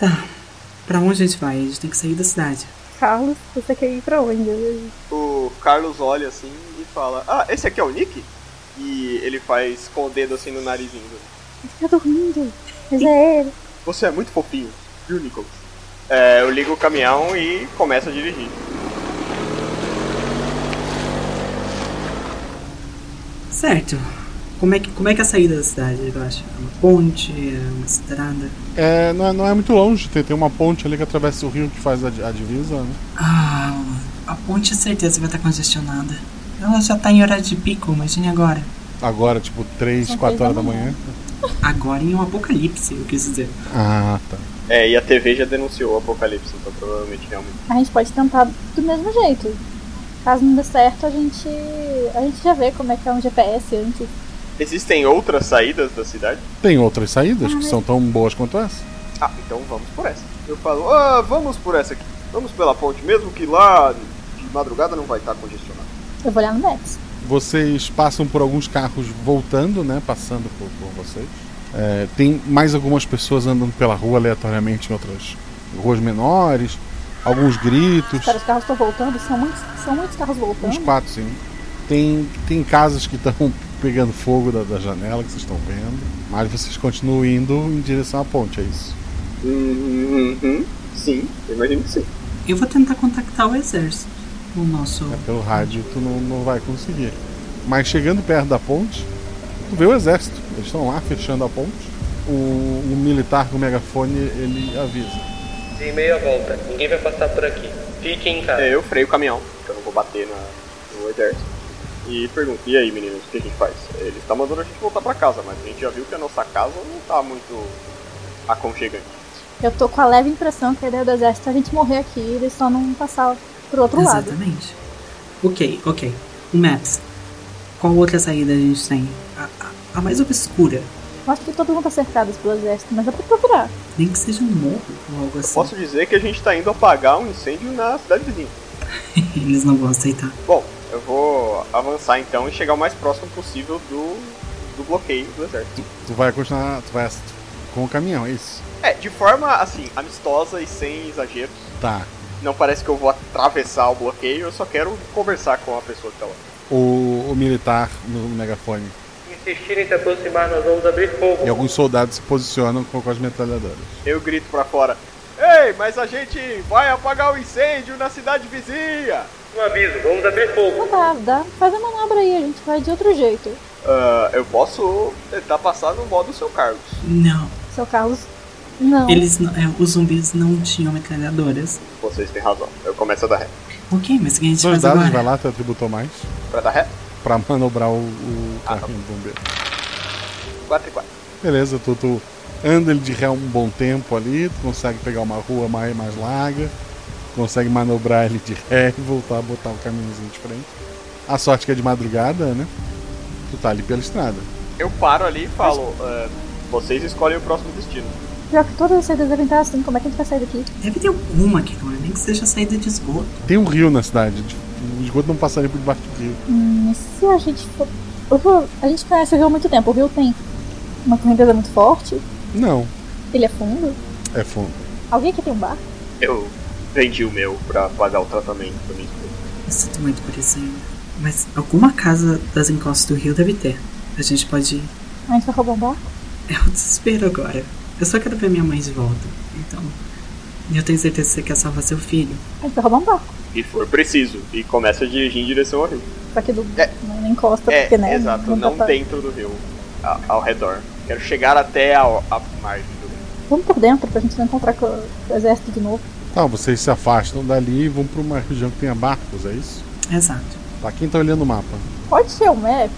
[SPEAKER 12] Tá. Pra onde a gente vai? A gente tem que sair da cidade.
[SPEAKER 10] Carlos, você quer ir pra onde?
[SPEAKER 13] O Carlos olha assim e fala: Ah, esse aqui é o Nick? E ele faz com o dedo assim no narizinho.
[SPEAKER 10] Tá dormindo. Mas é ele.
[SPEAKER 13] Você é muito fofinho, viu, Nicholas? É, eu ligo o caminhão e começo a dirigir.
[SPEAKER 12] Certo. Como é que, como é, que é a saída da cidade, eu acho? É uma ponte? É uma estrada?
[SPEAKER 1] é, não, é, não é muito longe, tem, tem uma ponte ali que atravessa o rio que faz a, di- a divisa, né?
[SPEAKER 12] Ah, a ponte certeza vai estar congestionada. Ela já tá em hora de pico, imagine agora.
[SPEAKER 1] Agora, tipo, 3,
[SPEAKER 12] São
[SPEAKER 1] 4
[SPEAKER 12] três
[SPEAKER 1] horas
[SPEAKER 12] da
[SPEAKER 1] da manhã.
[SPEAKER 12] Agora em um apocalipse, eu quis dizer.
[SPEAKER 1] Ah, tá.
[SPEAKER 13] É, e a TV já denunciou o apocalipse, então provavelmente realmente.
[SPEAKER 10] A gente pode tentar do mesmo jeito. Caso não dê certo, a gente. A gente já vê como é que é um GPS antes.
[SPEAKER 13] Existem outras saídas da cidade?
[SPEAKER 1] Tem outras saídas que são tão boas quanto essa.
[SPEAKER 13] Ah, então vamos por essa. Eu falo: Ah, vamos por essa aqui. Vamos pela ponte, mesmo que lá de madrugada não vai estar congestionado.
[SPEAKER 10] Eu vou olhar no Maps.
[SPEAKER 1] Vocês passam por alguns carros voltando, né? Passando por, por vocês. É, tem mais algumas pessoas andando pela rua aleatoriamente em outras ruas menores. Alguns gritos.
[SPEAKER 10] Cara, os carros estão voltando, são muitos, são muitos carros voltando.
[SPEAKER 1] Uns quatro, sim. Tem, tem casas que estão pegando fogo da, da janela, que vocês estão vendo. Mas vocês continuam indo em direção à ponte, é isso.
[SPEAKER 13] Uhum, uhum. Sim, eu imagino que sim.
[SPEAKER 12] Eu vou tentar contactar o exército. O nosso.
[SPEAKER 1] né? Pelo rádio tu não, não vai conseguir. Mas chegando perto da ponte, tu vê o exército. Eles estão lá fechando a ponte. O, o militar com o megafone, ele avisa.
[SPEAKER 22] Dei meia volta, ninguém vai passar por aqui. Fiquem em casa.
[SPEAKER 13] É, eu freio o caminhão, porque eu não vou bater na- no exército. E pergunto, e aí meninos, o que a gente faz? Ele tá mandando a gente voltar pra casa, mas a gente já viu que a nossa casa não tá muito aconchegante.
[SPEAKER 10] Eu tô com a leve impressão que a ideia do exército é a gente morrer aqui e eles só não passar pro outro lado.
[SPEAKER 12] Exatamente. Ok, ok. O Maps. Qual outra saída a gente tem? A, a- a mais obscura.
[SPEAKER 10] Eu acho que todo mundo tá cercado pelo exército, mas dá pra procurar.
[SPEAKER 12] Nem que seja um morro ou algo assim.
[SPEAKER 13] Posso dizer que a gente tá indo apagar um incêndio na cidade vizinha.
[SPEAKER 12] Eles não vão aceitar.
[SPEAKER 13] Bom, eu vou avançar então e chegar o mais próximo possível do, do bloqueio do exército.
[SPEAKER 1] Tu vai continuar. Tu vai ass- com o caminhão, é isso?
[SPEAKER 13] É, de forma assim, amistosa e sem exageros.
[SPEAKER 1] Tá.
[SPEAKER 13] Não parece que eu vou atravessar o bloqueio, eu só quero conversar com a pessoa que tá lá.
[SPEAKER 1] O, o militar no megafone.
[SPEAKER 22] Insistirem em se aproximar, nós vamos abrir fogo.
[SPEAKER 1] E alguns soldados se posicionam com, com as metralhadoras.
[SPEAKER 13] Eu grito pra fora. Ei, mas a gente vai apagar o incêndio na cidade vizinha!
[SPEAKER 22] Um aviso, vamos abrir fogo.
[SPEAKER 10] Não dá, dá. Faz a manobra aí, a gente vai de outro jeito.
[SPEAKER 13] Ah, eu posso tentar passar no modo seu Carlos.
[SPEAKER 12] Não.
[SPEAKER 10] Seu Carlos. Não.
[SPEAKER 1] Então,
[SPEAKER 12] Eles não- é, os zumbis não tinham metralhadoras.
[SPEAKER 13] Vocês têm razão. Eu começo a dar ré.
[SPEAKER 12] Ok, mas o que a
[SPEAKER 1] Dois
[SPEAKER 12] gente faz
[SPEAKER 1] dados,
[SPEAKER 12] agora?
[SPEAKER 1] vai lá, tu atributou mais.
[SPEAKER 13] Pra dar ré?
[SPEAKER 1] Pra manobrar o, o carrinho do bombeiro.
[SPEAKER 13] 4 e 4.
[SPEAKER 1] Beleza, tu, tu anda ele de ré um bom tempo ali, tu consegue pegar uma rua mais, mais larga, consegue manobrar ele de ré e voltar a botar o caminhozinho de frente. A sorte que é de madrugada, né? Tu tá ali pela estrada.
[SPEAKER 13] Eu paro ali e falo: ah, vocês escolhem o próximo destino.
[SPEAKER 10] Pior que todas as saídas devem estar assim, como é que a gente vai sair daqui?
[SPEAKER 12] Deve ter alguma que não é, nem que seja saída de esgoto.
[SPEAKER 1] Tem um rio na cidade, o esgoto não passaria por debaixo do rio.
[SPEAKER 10] Hum, e se a gente for. Eu vou- A gente conhece o rio há muito tempo. O rio tem uma correnteza muito forte.
[SPEAKER 1] Não,
[SPEAKER 10] Ele é fundo.
[SPEAKER 1] é fundo.
[SPEAKER 10] Alguém aqui tem um bar?
[SPEAKER 13] Eu vendi o meu pra pagar o tratamento pra mim.
[SPEAKER 12] Eu sinto muito por isso ainda. Mas alguma casa das encostas do rio deve ter. A gente pode ir.
[SPEAKER 10] A gente vai roubar um bar?
[SPEAKER 12] É o desespero agora. Eu só quero ver minha mãe de volta. Então. Eu tenho certeza que você quer salvar seu filho.
[SPEAKER 10] A gente vai roubar um bar.
[SPEAKER 13] E for preciso. E começa a dirigir em direção ao rio.
[SPEAKER 10] Daqui do. Não, não encosta,
[SPEAKER 13] É,
[SPEAKER 10] porque né?
[SPEAKER 13] exato. Não,
[SPEAKER 10] dá pra-
[SPEAKER 13] dentro do rio. a- ao redor. Quero chegar até a, a margem do rio.
[SPEAKER 10] Vamos por dentro pra gente não encontrar com o exército de novo.
[SPEAKER 1] Tá, vocês se afastam dali e vão pra uma região que tenha barcos, é isso?
[SPEAKER 12] Exato.
[SPEAKER 1] Tá, quem tá olhando o mapa?
[SPEAKER 10] Pode ser o Maps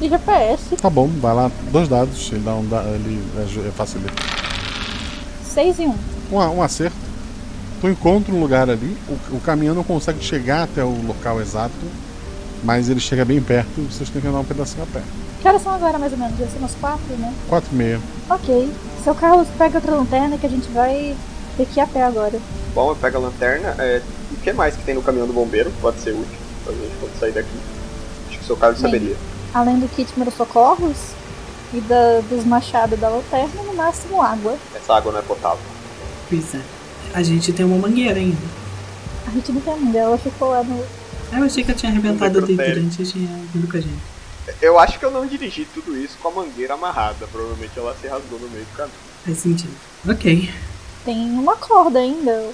[SPEAKER 10] e GPS.
[SPEAKER 1] Tá bom, vai lá, dois dados, ele dá um da, ele aju- facilita.
[SPEAKER 10] 6 e 1.
[SPEAKER 1] um, a- um acerto. Tu encontra um lugar ali, o, o caminhão não consegue chegar até o local exato, mas ele chega bem perto e vocês têm que andar um pedacinho a pé.
[SPEAKER 10] Que horas são agora mais ou menos? Já são umas 4, né?
[SPEAKER 1] 4 e meia.
[SPEAKER 10] Ok. Seu Carlos, pega outra lanterna que a gente vai ter que ir a pé agora.
[SPEAKER 13] Bom, eu pego a lanterna. é, o que mais que tem no caminhão do bombeiro? Pode ser útil. pra gente quando sair daqui. Acho que seu Carlos
[SPEAKER 10] Bem,
[SPEAKER 13] saberia.
[SPEAKER 10] Além do kit primeiros socorros e da- dos machados e da lanterna, no máximo água.
[SPEAKER 13] Essa água não é potável.
[SPEAKER 12] Pois é. A gente tem uma mangueira ainda.
[SPEAKER 10] A gente não tem ainda, ela ficou lá no.
[SPEAKER 12] Ah, eu achei que eu tinha arrebentado ali durante a gente vindo com a gente.
[SPEAKER 13] Eu acho que eu não dirigi tudo isso com a mangueira amarrada. Provavelmente ela se rasgou no meio do caminho.
[SPEAKER 12] Faz sentido. Ok.
[SPEAKER 10] Tem uma corda ainda.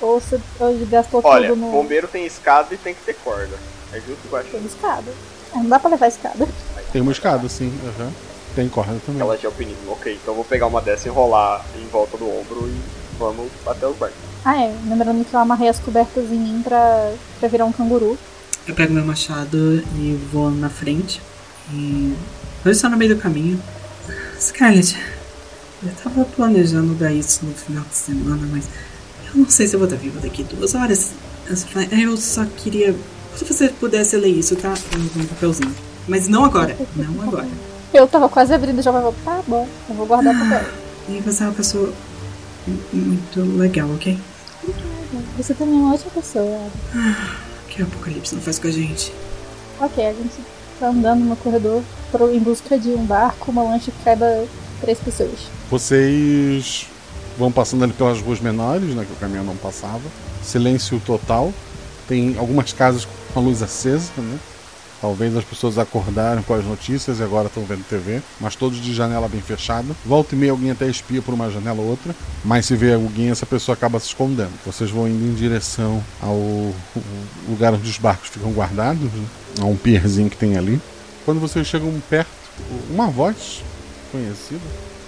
[SPEAKER 10] Ou se ou gastou
[SPEAKER 13] Olha,
[SPEAKER 10] tudo no.
[SPEAKER 13] bombeiro tem escada e tem que ter corda. É justo que eu acho.
[SPEAKER 10] Tem escada. É, Não dá pra levar escada.
[SPEAKER 1] Tem uma escada, sim. aham. Tem corda também.
[SPEAKER 13] Ela já opinião. Ok, então eu vou pegar uma dessa, enrolar em volta do ombro e vamos até o quarto.
[SPEAKER 10] Ah, é. Lembrando que eu amarrei as cobertas em mim pra, pra virar um canguru.
[SPEAKER 12] Eu pego meu machado e vou na frente. E. Eu estou no meio do caminho. Scarlett, eu tava planejando dar isso no final de semana, mas eu não sei se eu vou estar viva daqui duas horas. Eu só falei, "Ah, Eu só queria. Se você pudesse ler isso, tá? Um um papelzinho. Mas não agora. Não agora.
[SPEAKER 10] Eu tava quase abrindo já, mas eu tá bom, eu vou guardar o papel.
[SPEAKER 12] E você é uma pessoa mu- muito legal, ok?
[SPEAKER 10] Você também é uma ótima pessoa. Adam.
[SPEAKER 12] Que é o apocalipse não faz com a gente.
[SPEAKER 10] Ok, a gente tá andando no corredor pro- em busca de um barco, uma lancha que caiba três pessoas.
[SPEAKER 1] Vocês vão passando ali pelas ruas menores, né, que o caminhão não passava. Silêncio total. Tem algumas casas com a luz acesa, né? Talvez as pessoas acordaram com as notícias e agora estão vendo TV, mas todos de janela bem fechada. Volta e meia alguém até espia por uma janela ou outra, mas se vê alguém, essa pessoa acaba se escondendo. Vocês vão indo em direção ao ao lugar onde os barcos ficam guardados, né? a um pierzinho que tem ali. Quando vocês chegam perto, uma voz conhecida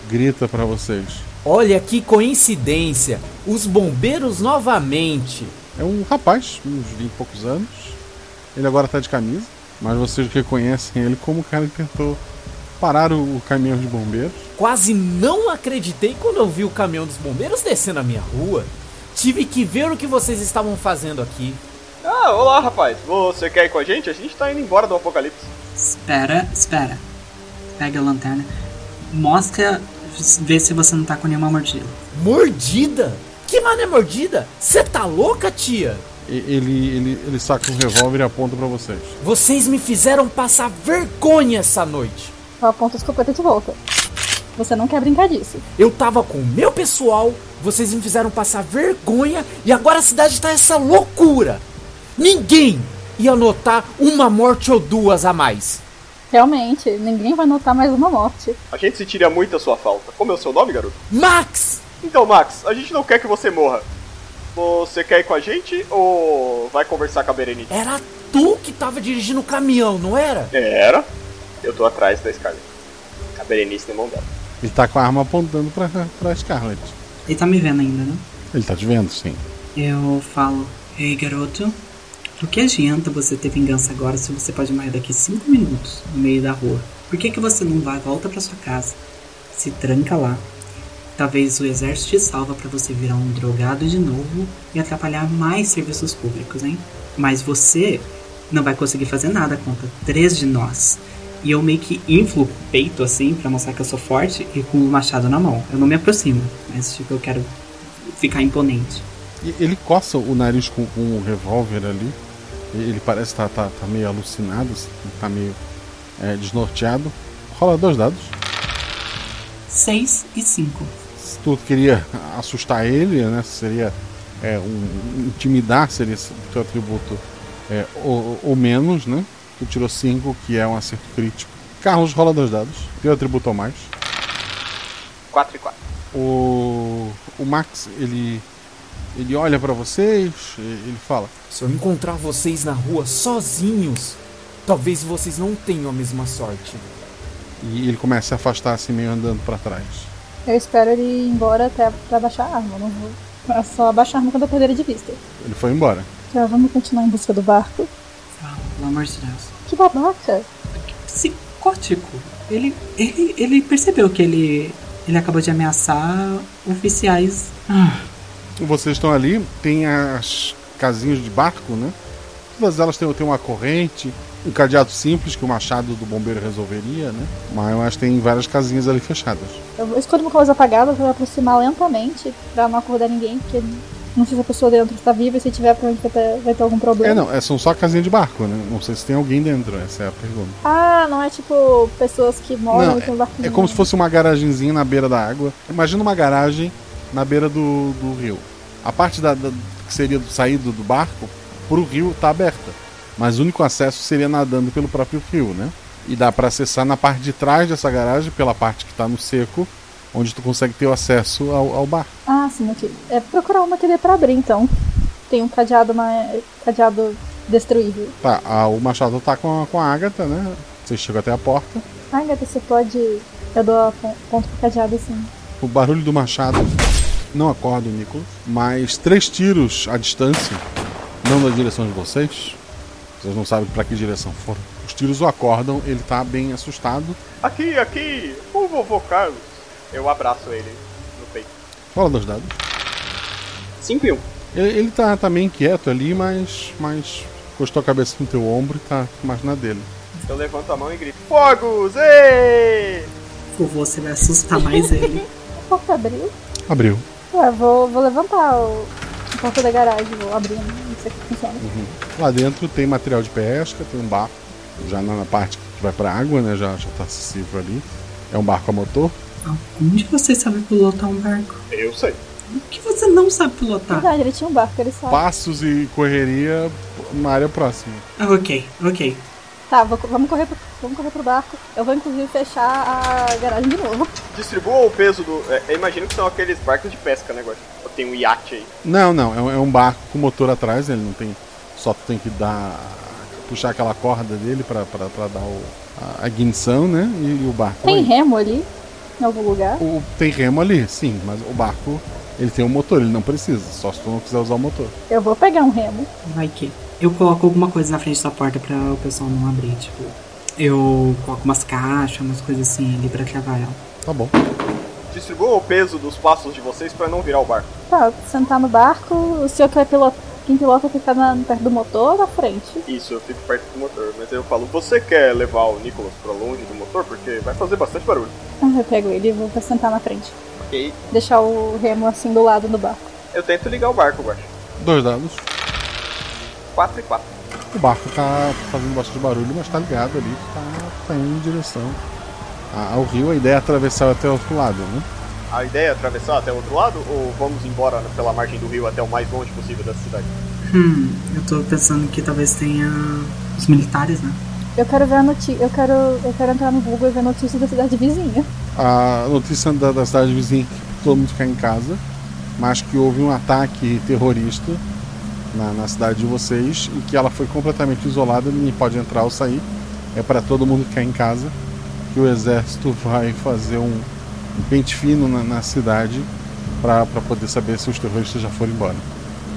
[SPEAKER 1] grita pra vocês.
[SPEAKER 15] Olha que coincidência! Os bombeiros novamente!
[SPEAKER 1] É um rapaz, uns 20 e poucos anos. Ele agora tá de camisa, mas vocês reconhecem ele como o cara que tentou parar o, o caminhão de bombeiros.
[SPEAKER 15] Quase não acreditei quando eu vi o caminhão dos bombeiros descendo a minha rua. Tive que ver o que vocês estavam fazendo aqui.
[SPEAKER 13] Ah, olá rapaz, você quer ir com a gente? A gente tá indo embora do apocalipse.
[SPEAKER 12] Espera, espera. Pega a lanterna. Mostra, vê se você não tá com nenhuma mordida.
[SPEAKER 15] Mordida? Que mano é mordida? Você tá louca, tia?
[SPEAKER 1] E- ele, ele, ele saca um revólver e aponta pra vocês.
[SPEAKER 15] Vocês me fizeram passar vergonha essa noite.
[SPEAKER 10] Eu aponto as escopetas de volta. Você não quer brincar disso.
[SPEAKER 15] Eu tava com o meu pessoal, vocês me fizeram passar vergonha e agora a cidade tá essa loucura. Ninguém ia notar uma morte ou duas a mais.
[SPEAKER 10] Realmente, ninguém vai notar mais uma morte.
[SPEAKER 13] A gente sentiria muito a sua falta. Como é o seu nome, garoto?
[SPEAKER 15] Max!
[SPEAKER 13] Então, Max, a gente não quer que você morra. Você quer ir com a gente ou vai conversar com a Berenice?
[SPEAKER 15] Era tu que tava dirigindo o caminhão, não era?
[SPEAKER 13] Era. Eu tô atrás da Scarlet. A Berenice na mão dela.
[SPEAKER 1] Ele tá com a arma apontando pra, pra Scarlett.
[SPEAKER 12] Ele tá me vendo ainda, né?
[SPEAKER 1] Ele tá te vendo, sim.
[SPEAKER 12] Eu falo, ei garoto, do que adianta você ter vingança agora se você pode morrer daqui cinco minutos no meio da rua? Por que, que você não vai, volta pra sua casa, se tranca lá? Talvez o exército te salva pra você virar um drogado de novo e atrapalhar mais serviços públicos, hein? Mas você não vai conseguir fazer nada contra três de nós. E eu meio que inflo o peito assim pra mostrar que eu sou forte e com o machado na mão. Eu não me aproximo, mas tipo, eu quero ficar imponente.
[SPEAKER 1] E ele coça o nariz com, com o revólver ali. E Ele parece estar tá, tá meio alucinado, assim, tá meio é, desnorteado. Rola dois dados.
[SPEAKER 12] 6 e 5.
[SPEAKER 1] se tu queria assustar ele, né? Seria é, um, intimidar, seria esse o teu atributo é, ou, ou menos, né? Tu tirou 5, que é um acerto crítico. Carlos rola dois dados, teu atributo ou mais.
[SPEAKER 13] 4 e 4.
[SPEAKER 1] O, o Max, ele, ele olha pra vocês, e- ele fala:
[SPEAKER 15] Se eu encontrar vocês na rua sozinhos, talvez vocês não tenham a mesma sorte.
[SPEAKER 1] E ele começa a se afastar assim, meio andando pra trás.
[SPEAKER 10] Eu espero ele ir embora até pra baixar a arma, não vou. É só baixar a arma quando eu perder ele de vista.
[SPEAKER 1] Ele foi embora.
[SPEAKER 10] Então vamos continuar em busca do barco.
[SPEAKER 12] Ah, Pelo amor de Deus.
[SPEAKER 10] Que babaca!
[SPEAKER 12] Psicótico. Ele, ele, ele percebeu que ele, ele acabou de ameaçar oficiais. Ah,
[SPEAKER 1] Vocês estão ali, tem as casinhas de barco, né? Todas elas têm, têm uma corrente, um cadeado simples que o machado do bombeiro resolveria, né? Mas, mas tem várias casinhas ali fechadas.
[SPEAKER 10] Eu vou- escolho uma coisa apagada pra me aproximar lentamente, pra não acordar ninguém, porque Não sei se a pessoa dentro está viva e se tiver, provavelmente vai ter, vai ter algum problema.
[SPEAKER 1] É, não, é, são só casinha de barco, né? Não sei se tem alguém dentro, essa é a pergunta.
[SPEAKER 10] Ah, não é tipo pessoas que moram
[SPEAKER 1] Não,
[SPEAKER 10] e tem um barquinho.
[SPEAKER 1] É como se fosse uma garagenzinha na beira da água. Imagina uma garagem na beira do, do rio. A parte da, da- que seria do saído do barco pro rio tá aberta. Mas o único acesso seria nadando pelo próprio rio, né? E dá para acessar na parte de trás dessa garagem, pela parte que tá no seco, onde tu consegue ter o acesso ao, ao barco.
[SPEAKER 10] Ah, sim, ok. É procurar uma que dê pra abrir, então. Tem um cadeado, mais cadeado destruível.
[SPEAKER 1] Tá, a- o Machado tá com a, com a Agatha, né? Você chegou até a porta.
[SPEAKER 10] Ah, gata, você pode. Eu dou a pon- ponto pro cadeado assim.
[SPEAKER 1] O barulho do machado não acorda o Nicolas, mas três tiros à distância, não da direção de vocês. Vocês não sabem para que direção foram. Os tiros o acordam, ele tá bem assustado.
[SPEAKER 13] Aqui, aqui, o vovô Carlos. Eu abraço ele no peito. um.
[SPEAKER 1] Fala dos dados.
[SPEAKER 23] 5 e 1.
[SPEAKER 1] Ele, ele tá, tá meio inquieto ali, mas, mas encostou a cabeça no teu ombro e tá mais na dele.
[SPEAKER 13] Eu levanto a mão e grito: Fogos! Ei!
[SPEAKER 12] Vovô, você vai assustar mais ele.
[SPEAKER 10] A porta abriu?
[SPEAKER 1] Abriu.
[SPEAKER 10] Ué, vou, vou levantar o, a porta da garagem, vou abrir, não sei o que funciona.
[SPEAKER 1] Lá dentro tem material de pesca, tem um barco, já na, na parte que vai pra água, né? Já, já tá acessível ali. É um barco a motor.
[SPEAKER 12] Algum de vocês sabe pilotar um barco?
[SPEAKER 13] Eu sei.
[SPEAKER 12] O que você não sabe pilotar?
[SPEAKER 10] Verdade, ele tinha um barco, ele sabe.
[SPEAKER 1] Passos e correria na área próxima.
[SPEAKER 12] Ah, ok, ok.
[SPEAKER 10] Tá, vou- vamos, correr pro, vamos correr pro barco. Eu vou inclusive fechar a garagem de novo.
[SPEAKER 13] Distribua o peso do. é, eu imagino que são aqueles barcos de pesca, né, Guaxa? Ou Tem um iate aí.
[SPEAKER 1] Não, não, é um, é um barco com motor atrás, ele não tem. Só tu tem que dar. puxar aquela corda dele pra, pra, pra dar o, a, a guinção, né? E, e o barco.
[SPEAKER 10] Tem
[SPEAKER 1] vai.
[SPEAKER 10] remo ali, em algum lugar.
[SPEAKER 1] O- tem remo ali, sim, mas o barco ele tem um motor, ele não precisa, só se tu não quiser usar o motor.
[SPEAKER 10] Eu vou pegar um remo.
[SPEAKER 12] Vai que. Eu coloco alguma coisa na frente da porta pra o pessoal não abrir, tipo. Eu coloco umas caixas, umas coisas assim ali pra travar ela.
[SPEAKER 1] Tá bom.
[SPEAKER 13] Distribua o peso dos passos de vocês pra não virar o barco.
[SPEAKER 10] Tá, sentar no barco, o senhor que vai pilotar. Quem pilota fica na, perto do motor ou na frente?
[SPEAKER 13] Isso, eu fico perto do motor. Mas eu falo: Você quer levar o Nicholas pra longe do motor? Porque vai fazer bastante barulho.
[SPEAKER 10] Ah, eu pego ele e vou pra sentar na frente.
[SPEAKER 13] Ok.
[SPEAKER 10] Deixar o remo assim do lado do barco.
[SPEAKER 13] Eu tento ligar o barco, Guaxa.
[SPEAKER 1] Dois dados.
[SPEAKER 13] 4 e 4.
[SPEAKER 1] O barco tá fazendo bastante barulho, mas tá ligado ali, tá, tá indo em direção a- ao rio. A ideia é atravessar até o outro lado, né?
[SPEAKER 13] A ideia é atravessar até o outro lado ou vamos embora pela margem do rio até o mais longe possível da cidade?
[SPEAKER 12] Hum, eu tô pensando que talvez tenha os militares, né?
[SPEAKER 10] Eu quero ver a notícia. Eu quero, eu quero entrar no Google e ver notícias da cidade vizinha.
[SPEAKER 1] a notícia da, da cidade vizinha é que todo mundo ficar em casa, mas que houve um ataque terrorista na, na cidade de vocês e que ela foi completamente isolada, ninguém pode entrar ou sair. É para todo mundo ficar em casa que o exército vai fazer um, um pente fino na, na cidade para poder saber se os terroristas já foram embora.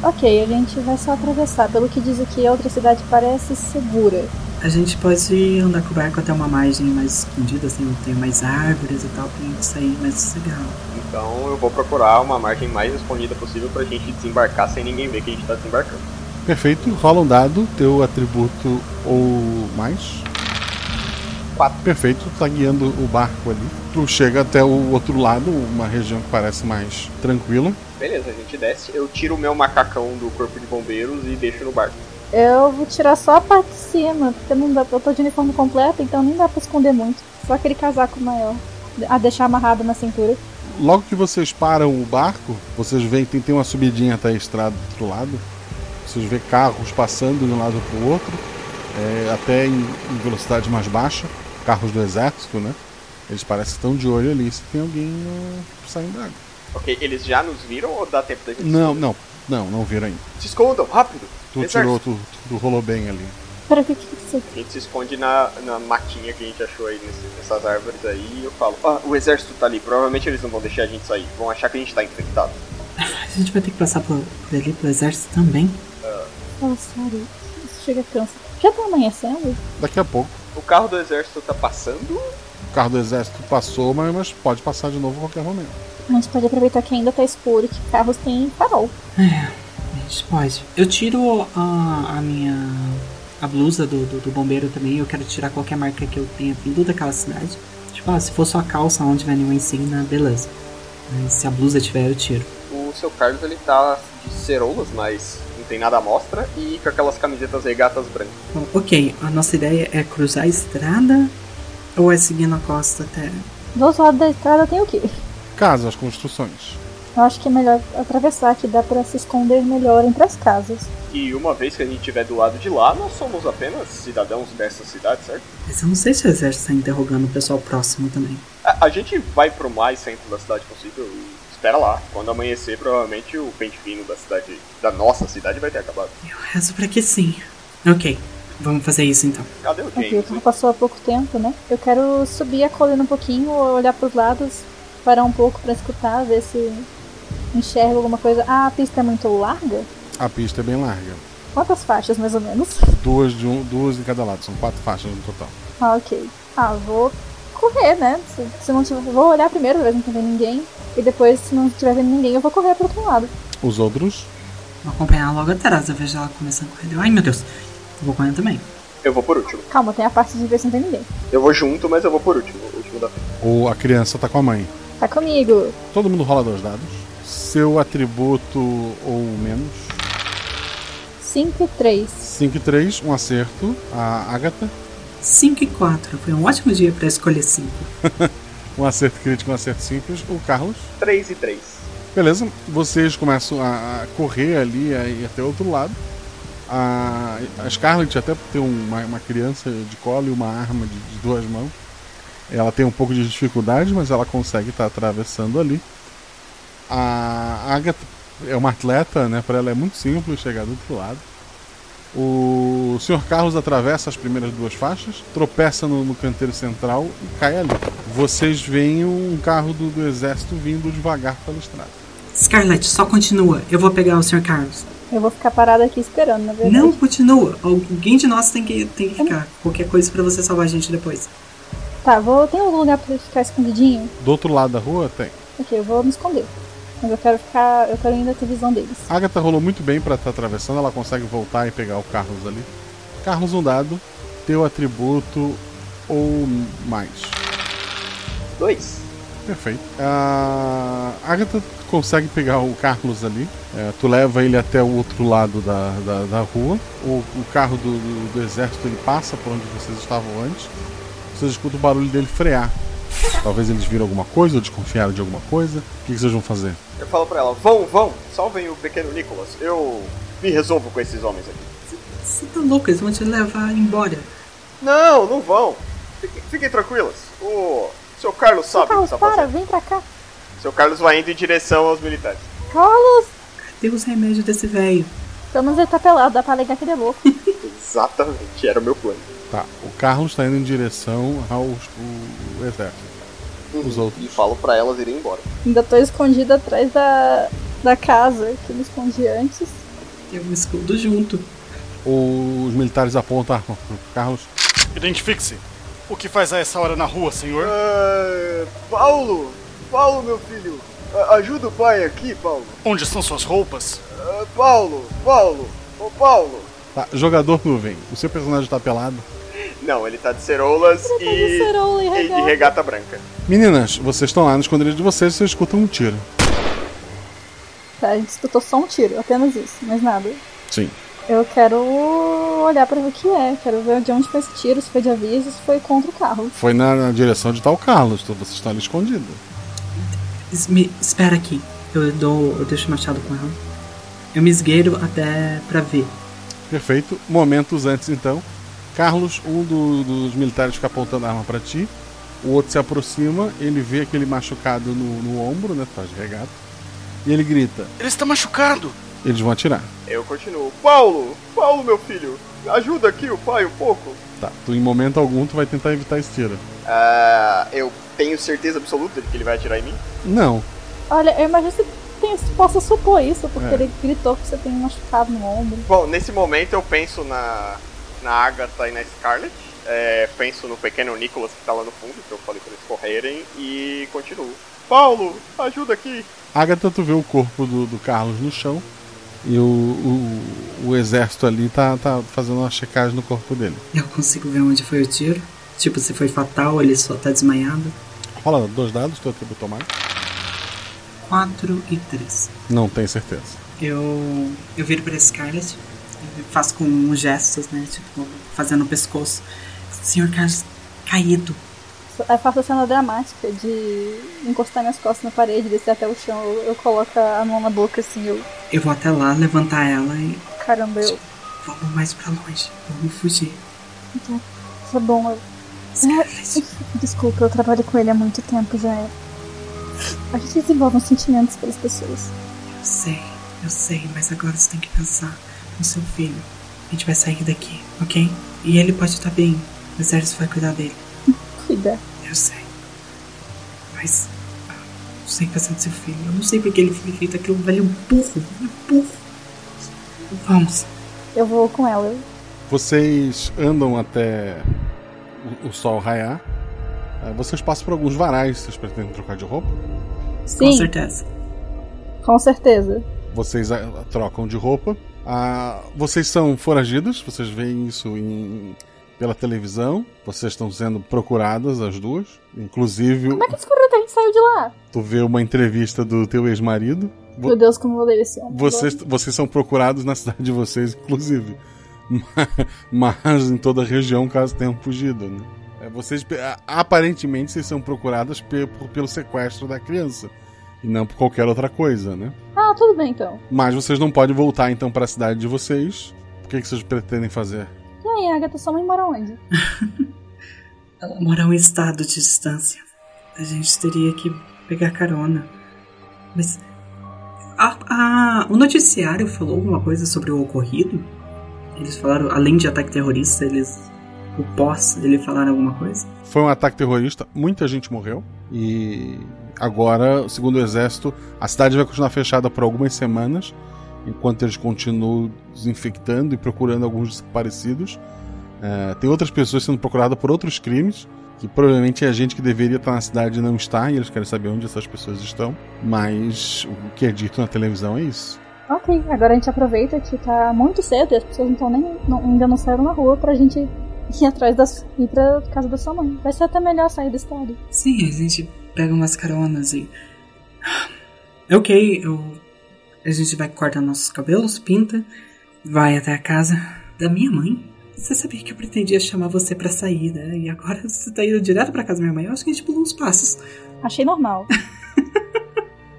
[SPEAKER 10] Ok, a gente vai só atravessar. Pelo que diz aqui, a outra cidade parece segura.
[SPEAKER 12] A gente pode andar com o barco até uma margem mais escondida, assim, onde tem mais árvores e tal, pra gente sair mais sossegado.
[SPEAKER 13] Então eu vou procurar uma margem mais escondida possível pra gente desembarcar sem ninguém ver que a gente tá desembarcando.
[SPEAKER 1] Perfeito, rola um dado, teu atributo ou mais.
[SPEAKER 13] Quatro.
[SPEAKER 1] Perfeito, tá guiando o barco ali. Tu chega até o outro lado, uma região que parece mais tranquila.
[SPEAKER 13] Beleza, a gente desce. Eu tiro o meu macacão do corpo de bombeiros e deixo no barco.
[SPEAKER 10] Eu vou tirar só a parte de cima, porque não dá, eu tô de uniforme completo, então nem dá pra esconder muito. Só aquele casaco maior. A deixar amarrado na cintura.
[SPEAKER 1] Logo que vocês param o barco, vocês veem que tem, tem uma subidinha até a estrada do outro lado. Vocês vê carros passando de um lado para o outro, é, até em, em velocidade mais baixa. Carros do exército, né? Eles parecem que estão de olho ali se tem alguém eh, saindo da água.
[SPEAKER 13] Ok, eles já nos viram ou dá tempo da gente?
[SPEAKER 1] Não, não, não, não viram ainda.
[SPEAKER 13] Se escondam, rápido!
[SPEAKER 1] Tu
[SPEAKER 13] Exército.
[SPEAKER 1] tirou, tu, tu rolou bem ali.
[SPEAKER 10] Pera, o que que é isso?
[SPEAKER 13] A gente se esconde na, na matinha que a gente achou aí, nesse- nessas árvores aí, e eu falo: Ah, o exército tá ali, provavelmente eles não vão deixar a gente sair, vão achar que a gente tá infectado.
[SPEAKER 12] A gente vai ter que passar por, por ali, pro exército também.
[SPEAKER 10] Fala sério, isso chega cansa. Já tá amanhecendo?
[SPEAKER 1] Daqui a pouco,
[SPEAKER 13] O carro do exército tá passando?
[SPEAKER 1] o carro do exército passou, mas, mas pode passar de novo a qualquer momento.
[SPEAKER 10] A gente pode aproveitar que ainda tá escuro e que carros têm farol.
[SPEAKER 12] A gente pode. Eu tiro a, a minha. a blusa do, do, do bombeiro também. Eu quero tirar qualquer marca que eu tenha vindo daquela cidade. Tipo, ah, se for só a calça onde tiver nenhuma insígnia, beleza. Mas se a blusa tiver, eu tiro.
[SPEAKER 13] O seu Carlos ele tá ceroulas, mas não tem nada à mostra, e com aquelas camisetas regatas brancas.
[SPEAKER 12] Bom, ok, a nossa ideia é cruzar a estrada ou é seguir na costa até.
[SPEAKER 10] Do outro lado da estrada tem o quê?
[SPEAKER 1] Casas, construções.
[SPEAKER 10] Eu acho que é melhor atravessar, que dá para se esconder melhor entre as casas.
[SPEAKER 13] E uma vez que a gente estiver do lado de lá, nós somos apenas cidadãos dessa cidade, certo?
[SPEAKER 12] Mas eu não sei se o exército está interrogando o pessoal próximo também.
[SPEAKER 13] A, a gente vai pro mais centro da cidade possível e espera lá. Quando amanhecer, provavelmente o pente fino da cidade, da nossa cidade, vai ter acabado.
[SPEAKER 12] Eu rezo pra que sim. Ok, vamos fazer isso então.
[SPEAKER 13] Cadê o
[SPEAKER 10] Ok,
[SPEAKER 13] James?
[SPEAKER 10] como passou há pouco tempo, né? Eu quero subir a colina um pouquinho, olhar pros lados, parar um pouco para escutar, ver se enxergo alguma coisa. Ah, a pista é muito larga?
[SPEAKER 1] A pista é bem larga.
[SPEAKER 10] Quantas faixas, mais ou menos?
[SPEAKER 1] Duas de, um, duas de cada lado, são quatro faixas no total.
[SPEAKER 10] Ah, ok. Ah, vou correr, né? Se, se não tiver, vou olhar primeiro, ver se não tem ninguém. E depois, se não tiver vendo ninguém, eu vou correr pro outro lado.
[SPEAKER 1] Os outros?
[SPEAKER 12] Vou acompanhar logo atrás, eu vejo ela começando a correr. Ai meu Deus, eu vou correndo também.
[SPEAKER 13] Eu vou por último.
[SPEAKER 10] Calma, tem a parte de ver se não tem ninguém.
[SPEAKER 13] Eu vou junto, mas eu vou por último. O último da frente.
[SPEAKER 1] Ou a criança tá com a mãe.
[SPEAKER 10] Tá comigo.
[SPEAKER 1] Todo mundo rola dois dados. Seu atributo ou menos.
[SPEAKER 10] 5 e 3.
[SPEAKER 1] 5 e 3, um acerto. A Agatha.
[SPEAKER 12] 5 e 4, foi um ótimo dia pra escolher 5.
[SPEAKER 1] um acerto crítico, um acerto simples. O Carlos.
[SPEAKER 13] 3 e 3.
[SPEAKER 1] Beleza, vocês começam a a correr ali a ir até o outro lado. A, a Scarlet até tem uma, uma criança de colo e uma arma de, de duas mãos. Ela tem um pouco de dificuldade, mas ela consegue estar atravessando ali. A Agatha é uma atleta, né? Para ela é muito simples chegar do outro lado. O Sr. Carlos atravessa as primeiras duas faixas, tropeça no, no canteiro central e cai ali. Vocês veem um carro do, do exército vindo devagar pela estrada.
[SPEAKER 12] Scarlett, só continua, eu vou pegar o Sr. Carlos.
[SPEAKER 10] Eu vou ficar parada aqui esperando, na verdade.
[SPEAKER 12] Não, continua, alguém de nós tem que, tem que ficar. Qualquer coisa pra você salvar a gente depois.
[SPEAKER 10] Tá, vou. Tem algum lugar pra eu ficar escondidinho?
[SPEAKER 1] Do outro lado da rua tem.
[SPEAKER 10] Ok, eu vou me esconder. Mas eu quero ficar. Eu quero ainda ter visão deles.
[SPEAKER 1] A Agatha rolou muito bem pra estar atravessando, ela consegue voltar e pegar o Carlos ali. Carlos, um dado, teu atributo ou mais.
[SPEAKER 13] Dois.
[SPEAKER 1] Perfeito. A Agatha consegue pegar o Carlos ali. É, tu leva ele até o outro lado da, da, da rua. O, o carro do, do, do exército ele passa por onde vocês estavam antes. Vocês escutam o barulho dele frear. Talvez eles viram alguma coisa ou desconfiaram de alguma coisa. O que, que vocês vão fazer?
[SPEAKER 13] Eu falo pra ela, vão, vão, salvem o pequeno Nicholas. Eu me resolvo com esses homens aqui.
[SPEAKER 12] Você tá louco, eles vão te levar embora.
[SPEAKER 13] Não, não vão. Fiquem, fiquem tranquilas. O seu Carlos sabe o
[SPEAKER 10] Carlos,
[SPEAKER 13] que tá
[SPEAKER 10] para,
[SPEAKER 13] fazendo.
[SPEAKER 10] vem pra cá.
[SPEAKER 13] Seu Carlos vai indo em direção aos militares.
[SPEAKER 10] Carlos!
[SPEAKER 12] Cadê os remédios desse velho?
[SPEAKER 10] Pelo menos ele tá pelado, dá pra alegar que ele é louco.
[SPEAKER 13] Exatamente, era o meu plano.
[SPEAKER 1] Tá, o Carlos está indo em direção ao o exército. Os outros.
[SPEAKER 13] E falo pra elas irem embora.
[SPEAKER 10] ainda tô escondida atrás da, da casa que eu me escondi antes.
[SPEAKER 12] Eu me escondo junto.
[SPEAKER 1] Os militares apontam a arma pro Carlos.
[SPEAKER 15] Identifique-se. O que faz a essa hora na rua, senhor?
[SPEAKER 13] Ah, Paulo! Paulo, meu filho! Ah, ajuda o pai aqui, Paulo! Ah,
[SPEAKER 15] Onde estão suas roupas?
[SPEAKER 13] Paulo! Paulo! Ô, Paulo!
[SPEAKER 1] Tá, jogador nuvem, o seu personagem tá pelado.
[SPEAKER 13] Não, ele tá de ceroulas
[SPEAKER 10] Ele tá de
[SPEAKER 13] e.
[SPEAKER 10] ceroula e
[SPEAKER 13] e de
[SPEAKER 10] regata.
[SPEAKER 13] regata branca.
[SPEAKER 1] Meninas, vocês estão lá no esconderijo de vocês e vocês escutam um tiro.
[SPEAKER 10] Tá, a gente escutou só um tiro, apenas isso, mais nada.
[SPEAKER 1] Sim.
[SPEAKER 10] Eu quero olhar pra ver o que é, quero ver de onde foi esse tiro, se foi de aviso, se foi contra o carro.
[SPEAKER 1] Foi na, na direção de tal Carlos, então vocês estão ali escondidos.
[SPEAKER 12] Es- Me, espera aqui. Eu dou. Eu deixo o machado com ela. Eu me esgueiro até pra ver.
[SPEAKER 1] Perfeito. Momentos antes, então. Carlos, um do- dos militares fica apontando a arma pra ti. O outro se aproxima, ele vê aquele machucado no, no ombro, né? Tá de regata. E ele grita:
[SPEAKER 15] Ele está machucado.
[SPEAKER 1] Eles vão atirar.
[SPEAKER 13] Eu continuo. Paulo! Paulo, meu filho! Ajuda aqui o pai um pouco!
[SPEAKER 1] Tá, tu em momento algum tu vai tentar evitar esse tiro.
[SPEAKER 13] Ah, eu tenho certeza absoluta de que ele vai atirar em mim.
[SPEAKER 1] Não.
[SPEAKER 10] Olha, eu imagino que você tem- você possa supor isso, porque
[SPEAKER 13] É.
[SPEAKER 10] ele gritou que você tem um machucado no ombro.
[SPEAKER 13] Bom, nesse momento eu penso na, na Agatha e na Scarlet. É, penso no pequeno Nicholas que tá lá no fundo, que eu falei pra eles correrem, e continuo. Paulo, ajuda aqui!
[SPEAKER 1] Agatha, tu vê o corpo do, do Carlos no chão. E o, o, o exército ali tá, tá fazendo uma checagem no corpo dele.
[SPEAKER 12] Eu consigo ver onde foi o tiro. Tipo, se foi fatal, ele só tá desmaiado.
[SPEAKER 1] Rola dois dados, teu atributo mais.
[SPEAKER 12] 4 e 3.
[SPEAKER 1] Não tenho certeza.
[SPEAKER 12] Eu, eu viro pra Scarlett, eu faço com gestos, né? Tipo, fazendo o pescoço. Senhor Carlos, caído.
[SPEAKER 10] Eu faço a cena dramática de encostar minhas costas na parede, descer até o chão. Eu, eu coloco a mão na boca assim. Eu...
[SPEAKER 12] Eu vou até lá levantar ela e.
[SPEAKER 10] Caramba, eu.
[SPEAKER 12] Vamos mais pra longe, vamos fugir.
[SPEAKER 10] Então, tá bom. Eu...
[SPEAKER 12] Scarlett.
[SPEAKER 10] Desculpa, eu trabalho com ele há muito tempo já. é. A gente desenvolve uns sentimentos pelas pessoas.
[SPEAKER 12] Eu sei, eu sei, mas agora você tem que pensar no seu filho. A gente vai sair daqui, ok? E ele pode estar bem. O exército vai cuidar dele.
[SPEAKER 10] Cuida.
[SPEAKER 12] Eu sei. Mas. ah, Não sei pensar no seu filho. Eu não sei porque ele foi feito aquilo. Velho, é um burro. Ele é um burro. Vamos.
[SPEAKER 10] Eu vou com ela. eu-
[SPEAKER 1] Vocês andam até o, o sol raiar. Ah, Vocês passam por alguns varais, vocês pretendem trocar de roupa.
[SPEAKER 10] Sim.
[SPEAKER 12] certeza.
[SPEAKER 10] Com certeza.
[SPEAKER 1] Vocês ah, trocam de roupa. Ah, vocês são foragidas, vocês veem isso em- pela televisão. Vocês estão sendo procuradas, as duas. Inclusive,
[SPEAKER 10] Como é que descobriu que a gente saiu de lá?
[SPEAKER 1] tu vê uma entrevista do teu ex-marido. Vo-
[SPEAKER 10] Meu Deus, como eu odeio esse homem.
[SPEAKER 1] Vocês, vocês são procurados na cidade de vocês, inclusive. Ma- Mas em toda a região, caso tenham fugido, né? É, Vocês, pe- a- aparentemente, vocês são procuradas pe- por- pelo sequestro da criança. E não por qualquer outra coisa, né?
[SPEAKER 10] Ah, tudo bem então.
[SPEAKER 1] Mas vocês não podem voltar, então, para a cidade de vocês. O que, que vocês pretendem fazer?
[SPEAKER 10] E aí, a Agatha, sua mãe mora onde?
[SPEAKER 12] Ela mora a um estado de distância. A gente teria que pegar carona. Mas. a- a- o noticiário falou alguma coisa sobre o ocorrido? Eles falaram, além de ataque terrorista, eles. O pós, ele falaram alguma coisa?
[SPEAKER 1] Foi um ataque terrorista, muita gente morreu. E agora, segundo o exército, a cidade vai continuar fechada por algumas semanas, enquanto eles continuam desinfectando e procurando alguns desaparecidos. Eh, tem outras pessoas sendo procuradas por outros crimes, que provavelmente é gente que deveria estar na cidade e não está, e eles querem saber onde essas pessoas estão. Mas o que é dito na televisão é isso.
[SPEAKER 10] Ok, agora a gente aproveita que tá muito cedo e as pessoas não estão nem. não- ainda não saíram na rua pra gente ir atrás das. ir pra casa da sua mãe. Vai ser até melhor sair do estado.
[SPEAKER 12] Sim, a gente pega umas caronas e. ah, Ok, eu... a gente vai cortar nossos cabelos, pinta, vai até a casa da minha mãe. Você sabia que eu pretendia chamar você pra sair, né? E agora você tá indo direto pra casa da minha mãe. Eu acho que a gente pulou uns passos.
[SPEAKER 10] Achei normal.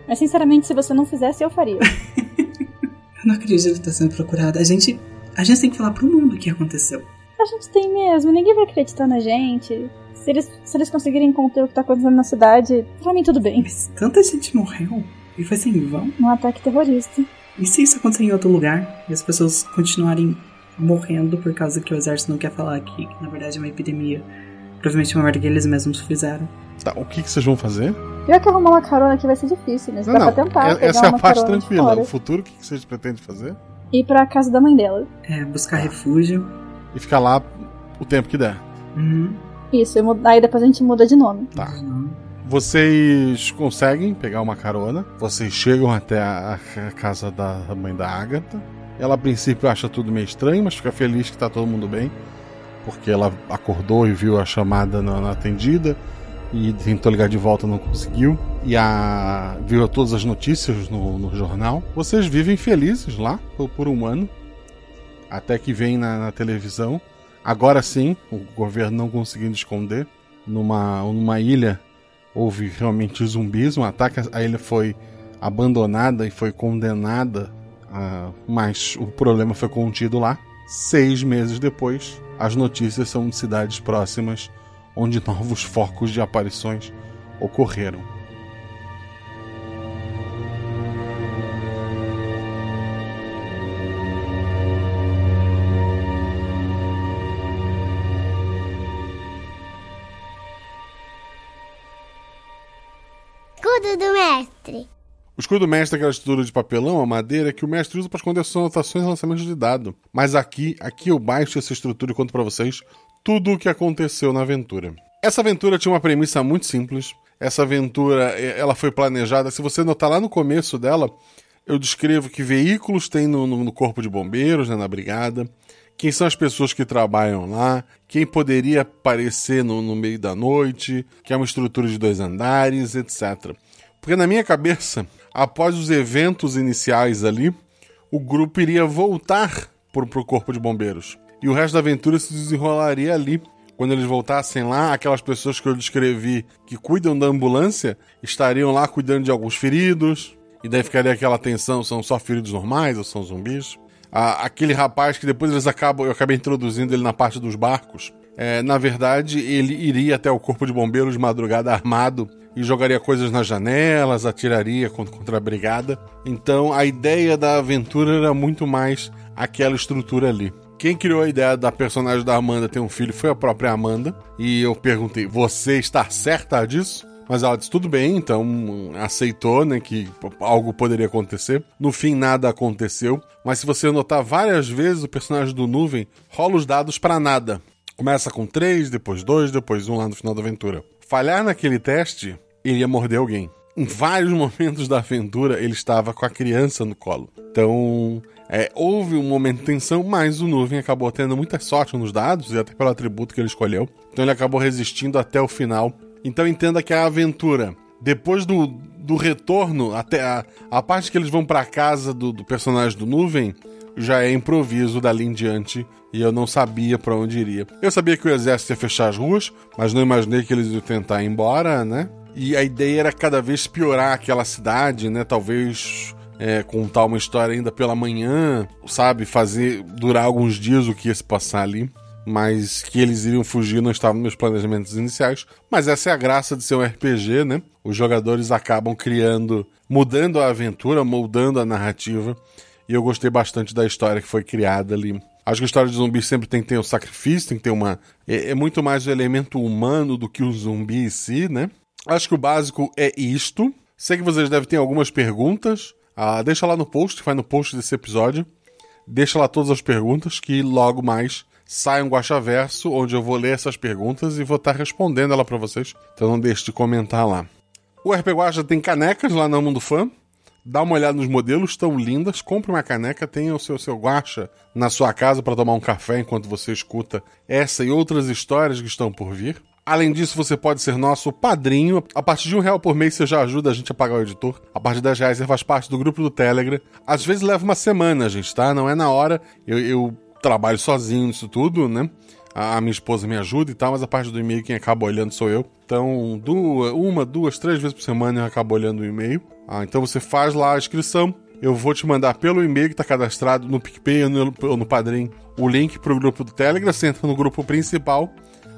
[SPEAKER 10] Mas sinceramente, se você não fizesse, eu faria.
[SPEAKER 12] Eu não acredito que tá sendo procurada. A gente, a gente tem que falar pro mundo o que aconteceu.
[SPEAKER 10] A gente tem mesmo, ninguém vai acreditar na gente. Se eles, se eles conseguirem conter o que tá acontecendo na cidade, pra mim tudo bem.
[SPEAKER 12] Tanta gente morreu e foi sem vão.
[SPEAKER 10] Um ataque terrorista.
[SPEAKER 12] E se isso acontecer em outro lugar e as pessoas continuarem morrendo por causa que o exército não quer falar que, na verdade, é uma epidemia? Provavelmente é uma merda que eles mesmos fizeram.
[SPEAKER 1] Tá, o que, que vocês vão fazer?
[SPEAKER 10] Pior que arrumar uma carona aqui vai ser difícil, né? Dá pra tentar.
[SPEAKER 1] é-
[SPEAKER 10] pegar
[SPEAKER 1] essa é a
[SPEAKER 10] uma
[SPEAKER 1] parte
[SPEAKER 10] carona de
[SPEAKER 1] tranquila.
[SPEAKER 10] fora.
[SPEAKER 1] O futuro, o que, que vocês pretendem fazer?
[SPEAKER 10] Ir pra casa da mãe dela.
[SPEAKER 12] É, buscar refúgio. hum,
[SPEAKER 1] E ficar lá o tempo que der.
[SPEAKER 10] Isso, eu mu- aí depois a gente muda de nome.
[SPEAKER 1] Tá. Vocês conseguem pegar uma carona. Vocês chegam até a, a casa da mãe da Agatha. Ela, a princípio, acha tudo meio estranho, mas fica feliz que tá todo mundo bem. Porque ela acordou e viu a chamada não, não atendida. E tentou ligar de volta, não conseguiu. E a, viu todas as notícias no, no jornal. Vocês vivem felizes lá por- por um ano até que vem na, na televisão. Agora sim, o governo não conseguindo esconder. Numa, numa ilha houve realmente zumbis, um ataque. A ilha foi abandonada e foi condenada, ah, mas o problema foi contido lá. Seis meses depois, as notícias são de cidades próximas onde novos focos de aparições ocorreram.
[SPEAKER 9] Escudo do mestre.
[SPEAKER 1] O escudo do mestre é aquela estrutura de papelão, a madeira, que o mestre usa para esconder suas anotações e lançamentos de dado. Mas aqui, aqui eu baixo essa estrutura e conto para vocês tudo o que aconteceu na aventura. Essa aventura tinha uma premissa muito simples. Essa aventura, eh, ela foi planejada. Se você notar lá no começo dela, eu descrevo que veículos tem no, no- no corpo de bombeiros, né, na brigada, quem são as pessoas que trabalham lá, quem poderia aparecer no, no meio da noite, que é uma estrutura de dois andares, etc. Porque na minha cabeça, após os eventos iniciais ali, o grupo iria voltar pro, pro corpo de bombeiros. E o resto da aventura se desenrolaria ali. Quando eles voltassem lá, aquelas pessoas que eu descrevi que cuidam da ambulância estariam lá cuidando de alguns feridos. E daí ficaria aquela tensão: são só feridos normais ou são zumbis? A- aquele rapaz que depois eles acabam, eu acabei introduzindo ele na parte dos barcos. É, na verdade, ele iria até o corpo de bombeiros de madrugada armado e jogaria coisas nas janelas, atiraria con- contra a brigada. Então, a ideia da aventura era muito mais aquela estrutura ali. Quem criou a ideia da personagem da Amanda ter um filho foi a própria Amanda. E eu perguntei: você está certa disso? Mas ela disse tudo bem, então hum, aceitou, né, que p- algo poderia acontecer. No fim nada aconteceu, mas se você notar várias vezes o personagem do Nuvem rola os dados pra nada. Começa com 3, depois 2, depois 1 lá no final da aventura. Falhar naquele teste, ele ia morder alguém. Em vários momentos da aventura, ele estava com a criança no colo. Então, é, houve um momento de tensão, mas o Nuvem acabou tendo muita sorte nos dados e até pelo atributo que ele escolheu. Então, ele acabou resistindo até o final. Então, entenda que a aventura, depois do, do retorno, até a, a parte que eles vão para casa do, do personagem do Nuvem, já é improviso dali em diante e eu não sabia pra onde iria. Eu sabia que o exército ia fechar as ruas, mas não imaginei que eles iam tentar ir embora, né? E a ideia era cada vez piorar aquela cidade, né? Talvez é, contar uma história ainda pela manhã, sabe? Fazer durar alguns dias o que ia se passar ali. Mas que eles iriam fugir não estava nos meus planejamentos iniciais. Mas essa é a graça de ser um RPG, né? Os jogadores acabam criando, mudando a aventura, moldando a narrativa. E eu gostei bastante da história que foi criada ali. Acho que a história de zumbi sempre tem que ter um sacrifício, tem que ter uma. É, é muito mais o elemento humano do que o zumbi em si, né? Acho que o básico é isto. Sei que vocês devem ter algumas perguntas. Ah, deixa lá no post, vai no post desse episódio. Deixa lá todas as perguntas que logo mais sai um Guaxaverso, onde eu vou ler essas perguntas e vou estar respondendo ela para vocês. Então não deixe de comentar lá. O RP Guaxa tem canecas lá no Mundo Fã. Dá uma olhada nos modelos, estão lindas. Compre uma caneca, tenha o seu, seu guacha na sua casa para tomar um café enquanto você escuta essa e outras histórias que estão por vir. Além disso, você pode ser nosso padrinho. A partir de um real por mês, você já ajuda a gente a pagar o editor. A partir de 10 reais, você faz parte do grupo do Telegram. Às vezes leva uma semana, gente, tá? Não é na hora. Eu, eu trabalho sozinho nisso tudo, né? A a minha esposa me ajuda e tal, mas a parte do e-mail quem acaba olhando sou eu. Então, duas, uma, duas, três vezes por semana eu acabo olhando o e-mail. Ah, então você faz lá a inscrição. Eu vou te mandar pelo e-mail que está cadastrado no PicPay ou no, ou no Padrim o link para o grupo do Telegram. Você entra no grupo principal.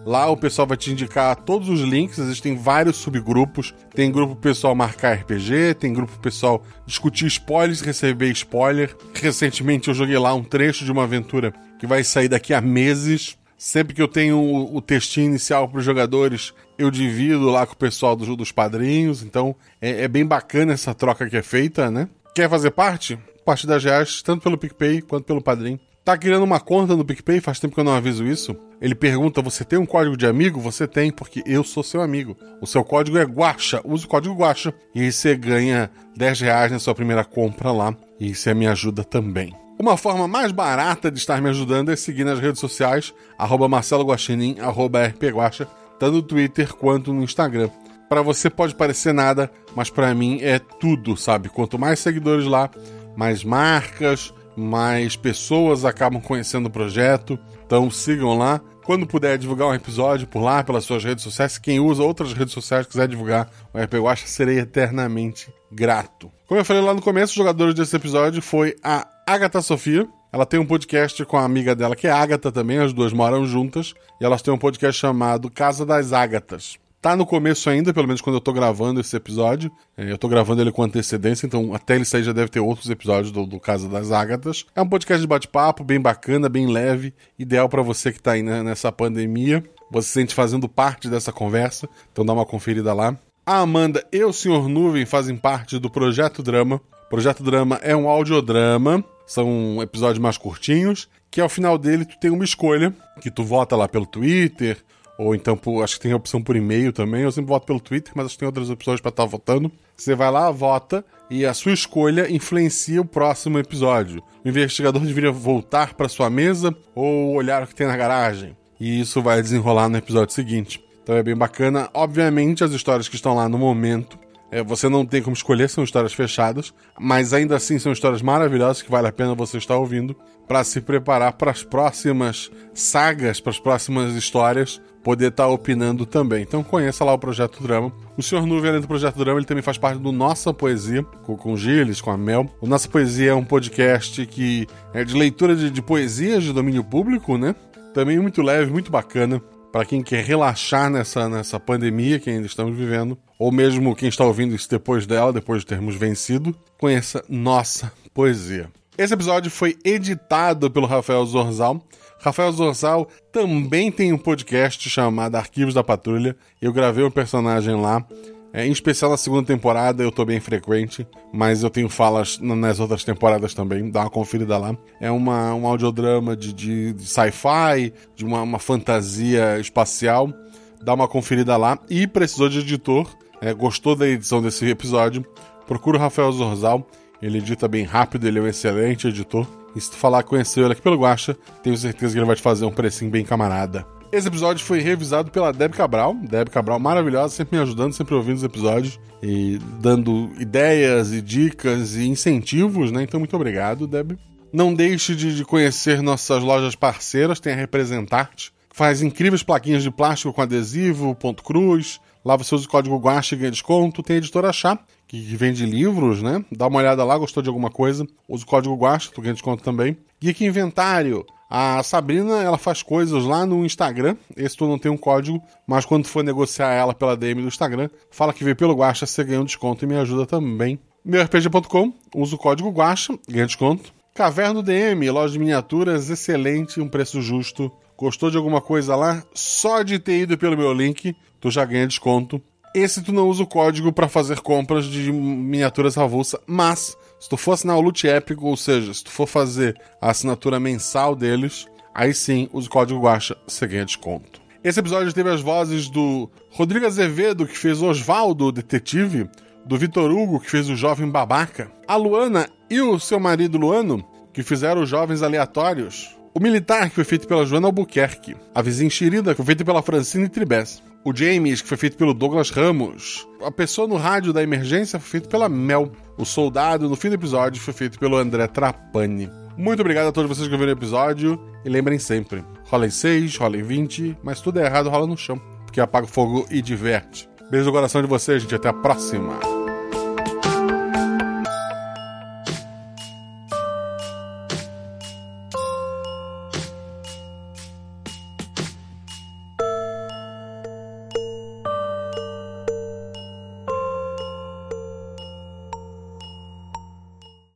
[SPEAKER 1] Lá o pessoal vai te indicar todos os links, existem vários subgrupos. Tem grupo pro pessoal marcar RPG, tem grupo pro pessoal discutir spoilers, receber spoiler. Recentemente eu joguei lá um trecho de uma aventura que vai sair daqui a meses. Sempre que eu tenho o, o textinho inicial para os jogadores, eu divido lá com o pessoal dos, dos padrinhos. Então é, é bem bacana essa troca que é feita, né? Quer fazer parte? A partir das reais, tanto pelo PicPay quanto pelo Padrim. Tá criando uma conta no PicPay? Faz tempo que eu não aviso isso. Ele pergunta: você tem um código de amigo? Você tem, porque eu sou seu amigo. O seu código é Guacha. Use o código Guacha. E aí você ganha 10 reais na sua primeira compra lá. E isso é me ajuda também. Uma forma mais barata de estar me ajudando é seguir nas redes sociais, arroba Marcelo Guaxinim, arroba RP Guaxa, tanto no Twitter quanto no Instagram. Pra você pode parecer nada, mas pra mim é tudo, sabe? Quanto mais seguidores lá, mais marcas, mais pessoas acabam conhecendo o projeto. Então sigam lá. Quando puder divulgar um episódio por lá, pelas suas redes sociais, quem usa outras redes sociais quiser divulgar o RP Guacha, serei eternamente grato. Como eu falei lá no começo, os jogadores desse episódio foi a Agatha Sofia, ela tem um podcast com a amiga dela, que é a Agatha também, as duas moram juntas, e elas têm um podcast chamado Casa das Ágatas. Tá no começo ainda, pelo menos quando eu tô gravando esse episódio. É, Eu tô gravando ele com antecedência, então até ele sair já deve ter outros episódios do, do Casa das Ágatas. É um podcast de bate-papo, bem bacana, bem leve, ideal pra você que tá aí né, nessa pandemia. Você se sente fazendo parte dessa conversa, então dá uma conferida lá. A Amanda e o Sr. Nuvem fazem parte do Projeto Drama. Projeto Drama é um audiodrama, são episódios mais curtinhos, que ao final dele tu tem uma escolha, que tu vota lá pelo Twitter, ou então por- acho que tem a opção por e-mail também, eu sempre voto pelo Twitter, mas acho que tem outras opções pra estar votando. Você vai lá, vota, e a sua escolha influencia o próximo episódio. O investigador deveria voltar pra sua mesa ou olhar o que tem na garagem. E isso vai desenrolar no episódio seguinte. Então é bem bacana. Obviamente, as histórias que estão lá no momento É, você não tem como escolher, são histórias fechadas, mas ainda assim são histórias maravilhosas que vale a pena você estar ouvindo para se preparar para as próximas sagas, para as próximas histórias, poder estar opinando também. Então conheça lá o Projeto Drama. O Senhor Nuvem, além do Projeto Drama, ele também faz parte do Nossa Poesia, com, com o Gilles, com a Mel. O Nossa Poesia é um podcast que é de leitura de, de poesias de domínio público, né? Também muito leve, muito bacana para quem quer relaxar nessa, nessa pandemia que ainda estamos vivendo, ou mesmo quem está ouvindo isso depois dela, depois de termos vencido, conheça nossa poesia. Esse episódio foi editado pelo Rafael Zorzal. Rafael Zorzal também tem um podcast chamado Arquivos da Patrulha. Eu gravei um personagem lá. É, em especial na segunda temporada eu estou bem frequente, mas eu tenho falas nas outras temporadas também, dá uma conferida lá. É uma, um audiodrama de, de, de sci-fi, de uma, uma, fantasia espacial, dá uma conferida lá. E precisou de editor, é, gostou da edição desse episódio, procura o Rafael Zorzal, ele edita bem rápido, ele é um excelente editor. E se tu falar conheceu ele aqui pelo Guacha, tenho certeza que ele vai te fazer um precinho bem camarada. Esse episódio foi revisado pela Deb Cabral. Deb Cabral maravilhosa, sempre me ajudando, sempre ouvindo os episódios e dando ideias e dicas e incentivos, né? Então, muito obrigado, Deb. Não deixe de, de conhecer nossas lojas parceiras, tem a Representarte, que faz incríveis plaquinhas de plástico com adesivo, ponto cruz. Lá você usa o código GUAST e ganha desconto. Tem a editora Chá, que vende livros, né? Dá uma olhada lá, gostou de alguma coisa? Usa o código GUAST, tu ganha desconto também. Geek Inventário, a Sabrina, ela faz coisas lá no Instagram. Esse tu não tem um código, mas quando for negociar ela pela DM do Instagram, fala que veio pelo Guacha, você ganha um desconto e me ajuda também. MeuRPG.com, usa o código Guacha, ganha desconto. Caverno DM, loja de miniaturas, excelente, um preço justo. Gostou de alguma coisa lá? Só de ter ido pelo meu link, tu já ganha desconto. Esse tu não usa o código para fazer compras de miniaturas avulsa, mas se tu for assinar o Loot Épico, ou seja, se tu for fazer a assinatura mensal deles, aí sim, usa o código Guacha, você ganha desconto. Esse episódio teve as vozes do Rodrigo Azevedo, que fez Osvaldo, o detetive, do Vitor Hugo, que fez o jovem babaca, a Luana e o seu marido Luano, que fizeram os jovens aleatórios, o militar, que foi feito pela Joana Albuquerque, a vizinha enxerida, que foi feita pela Francine Tribes, o James, que foi feito pelo Douglas Ramos. A pessoa no rádio da emergência foi feito pela Mel. O soldado no fim do episódio foi feito pelo André Trapani. Muito obrigado a todos vocês que viram o episódio. E lembrem sempre: rola em 6, rola em 20, mas tudo é errado, rola no chão. Porque apaga o fogo e diverte. Beijo no coração de vocês, gente. Até a próxima.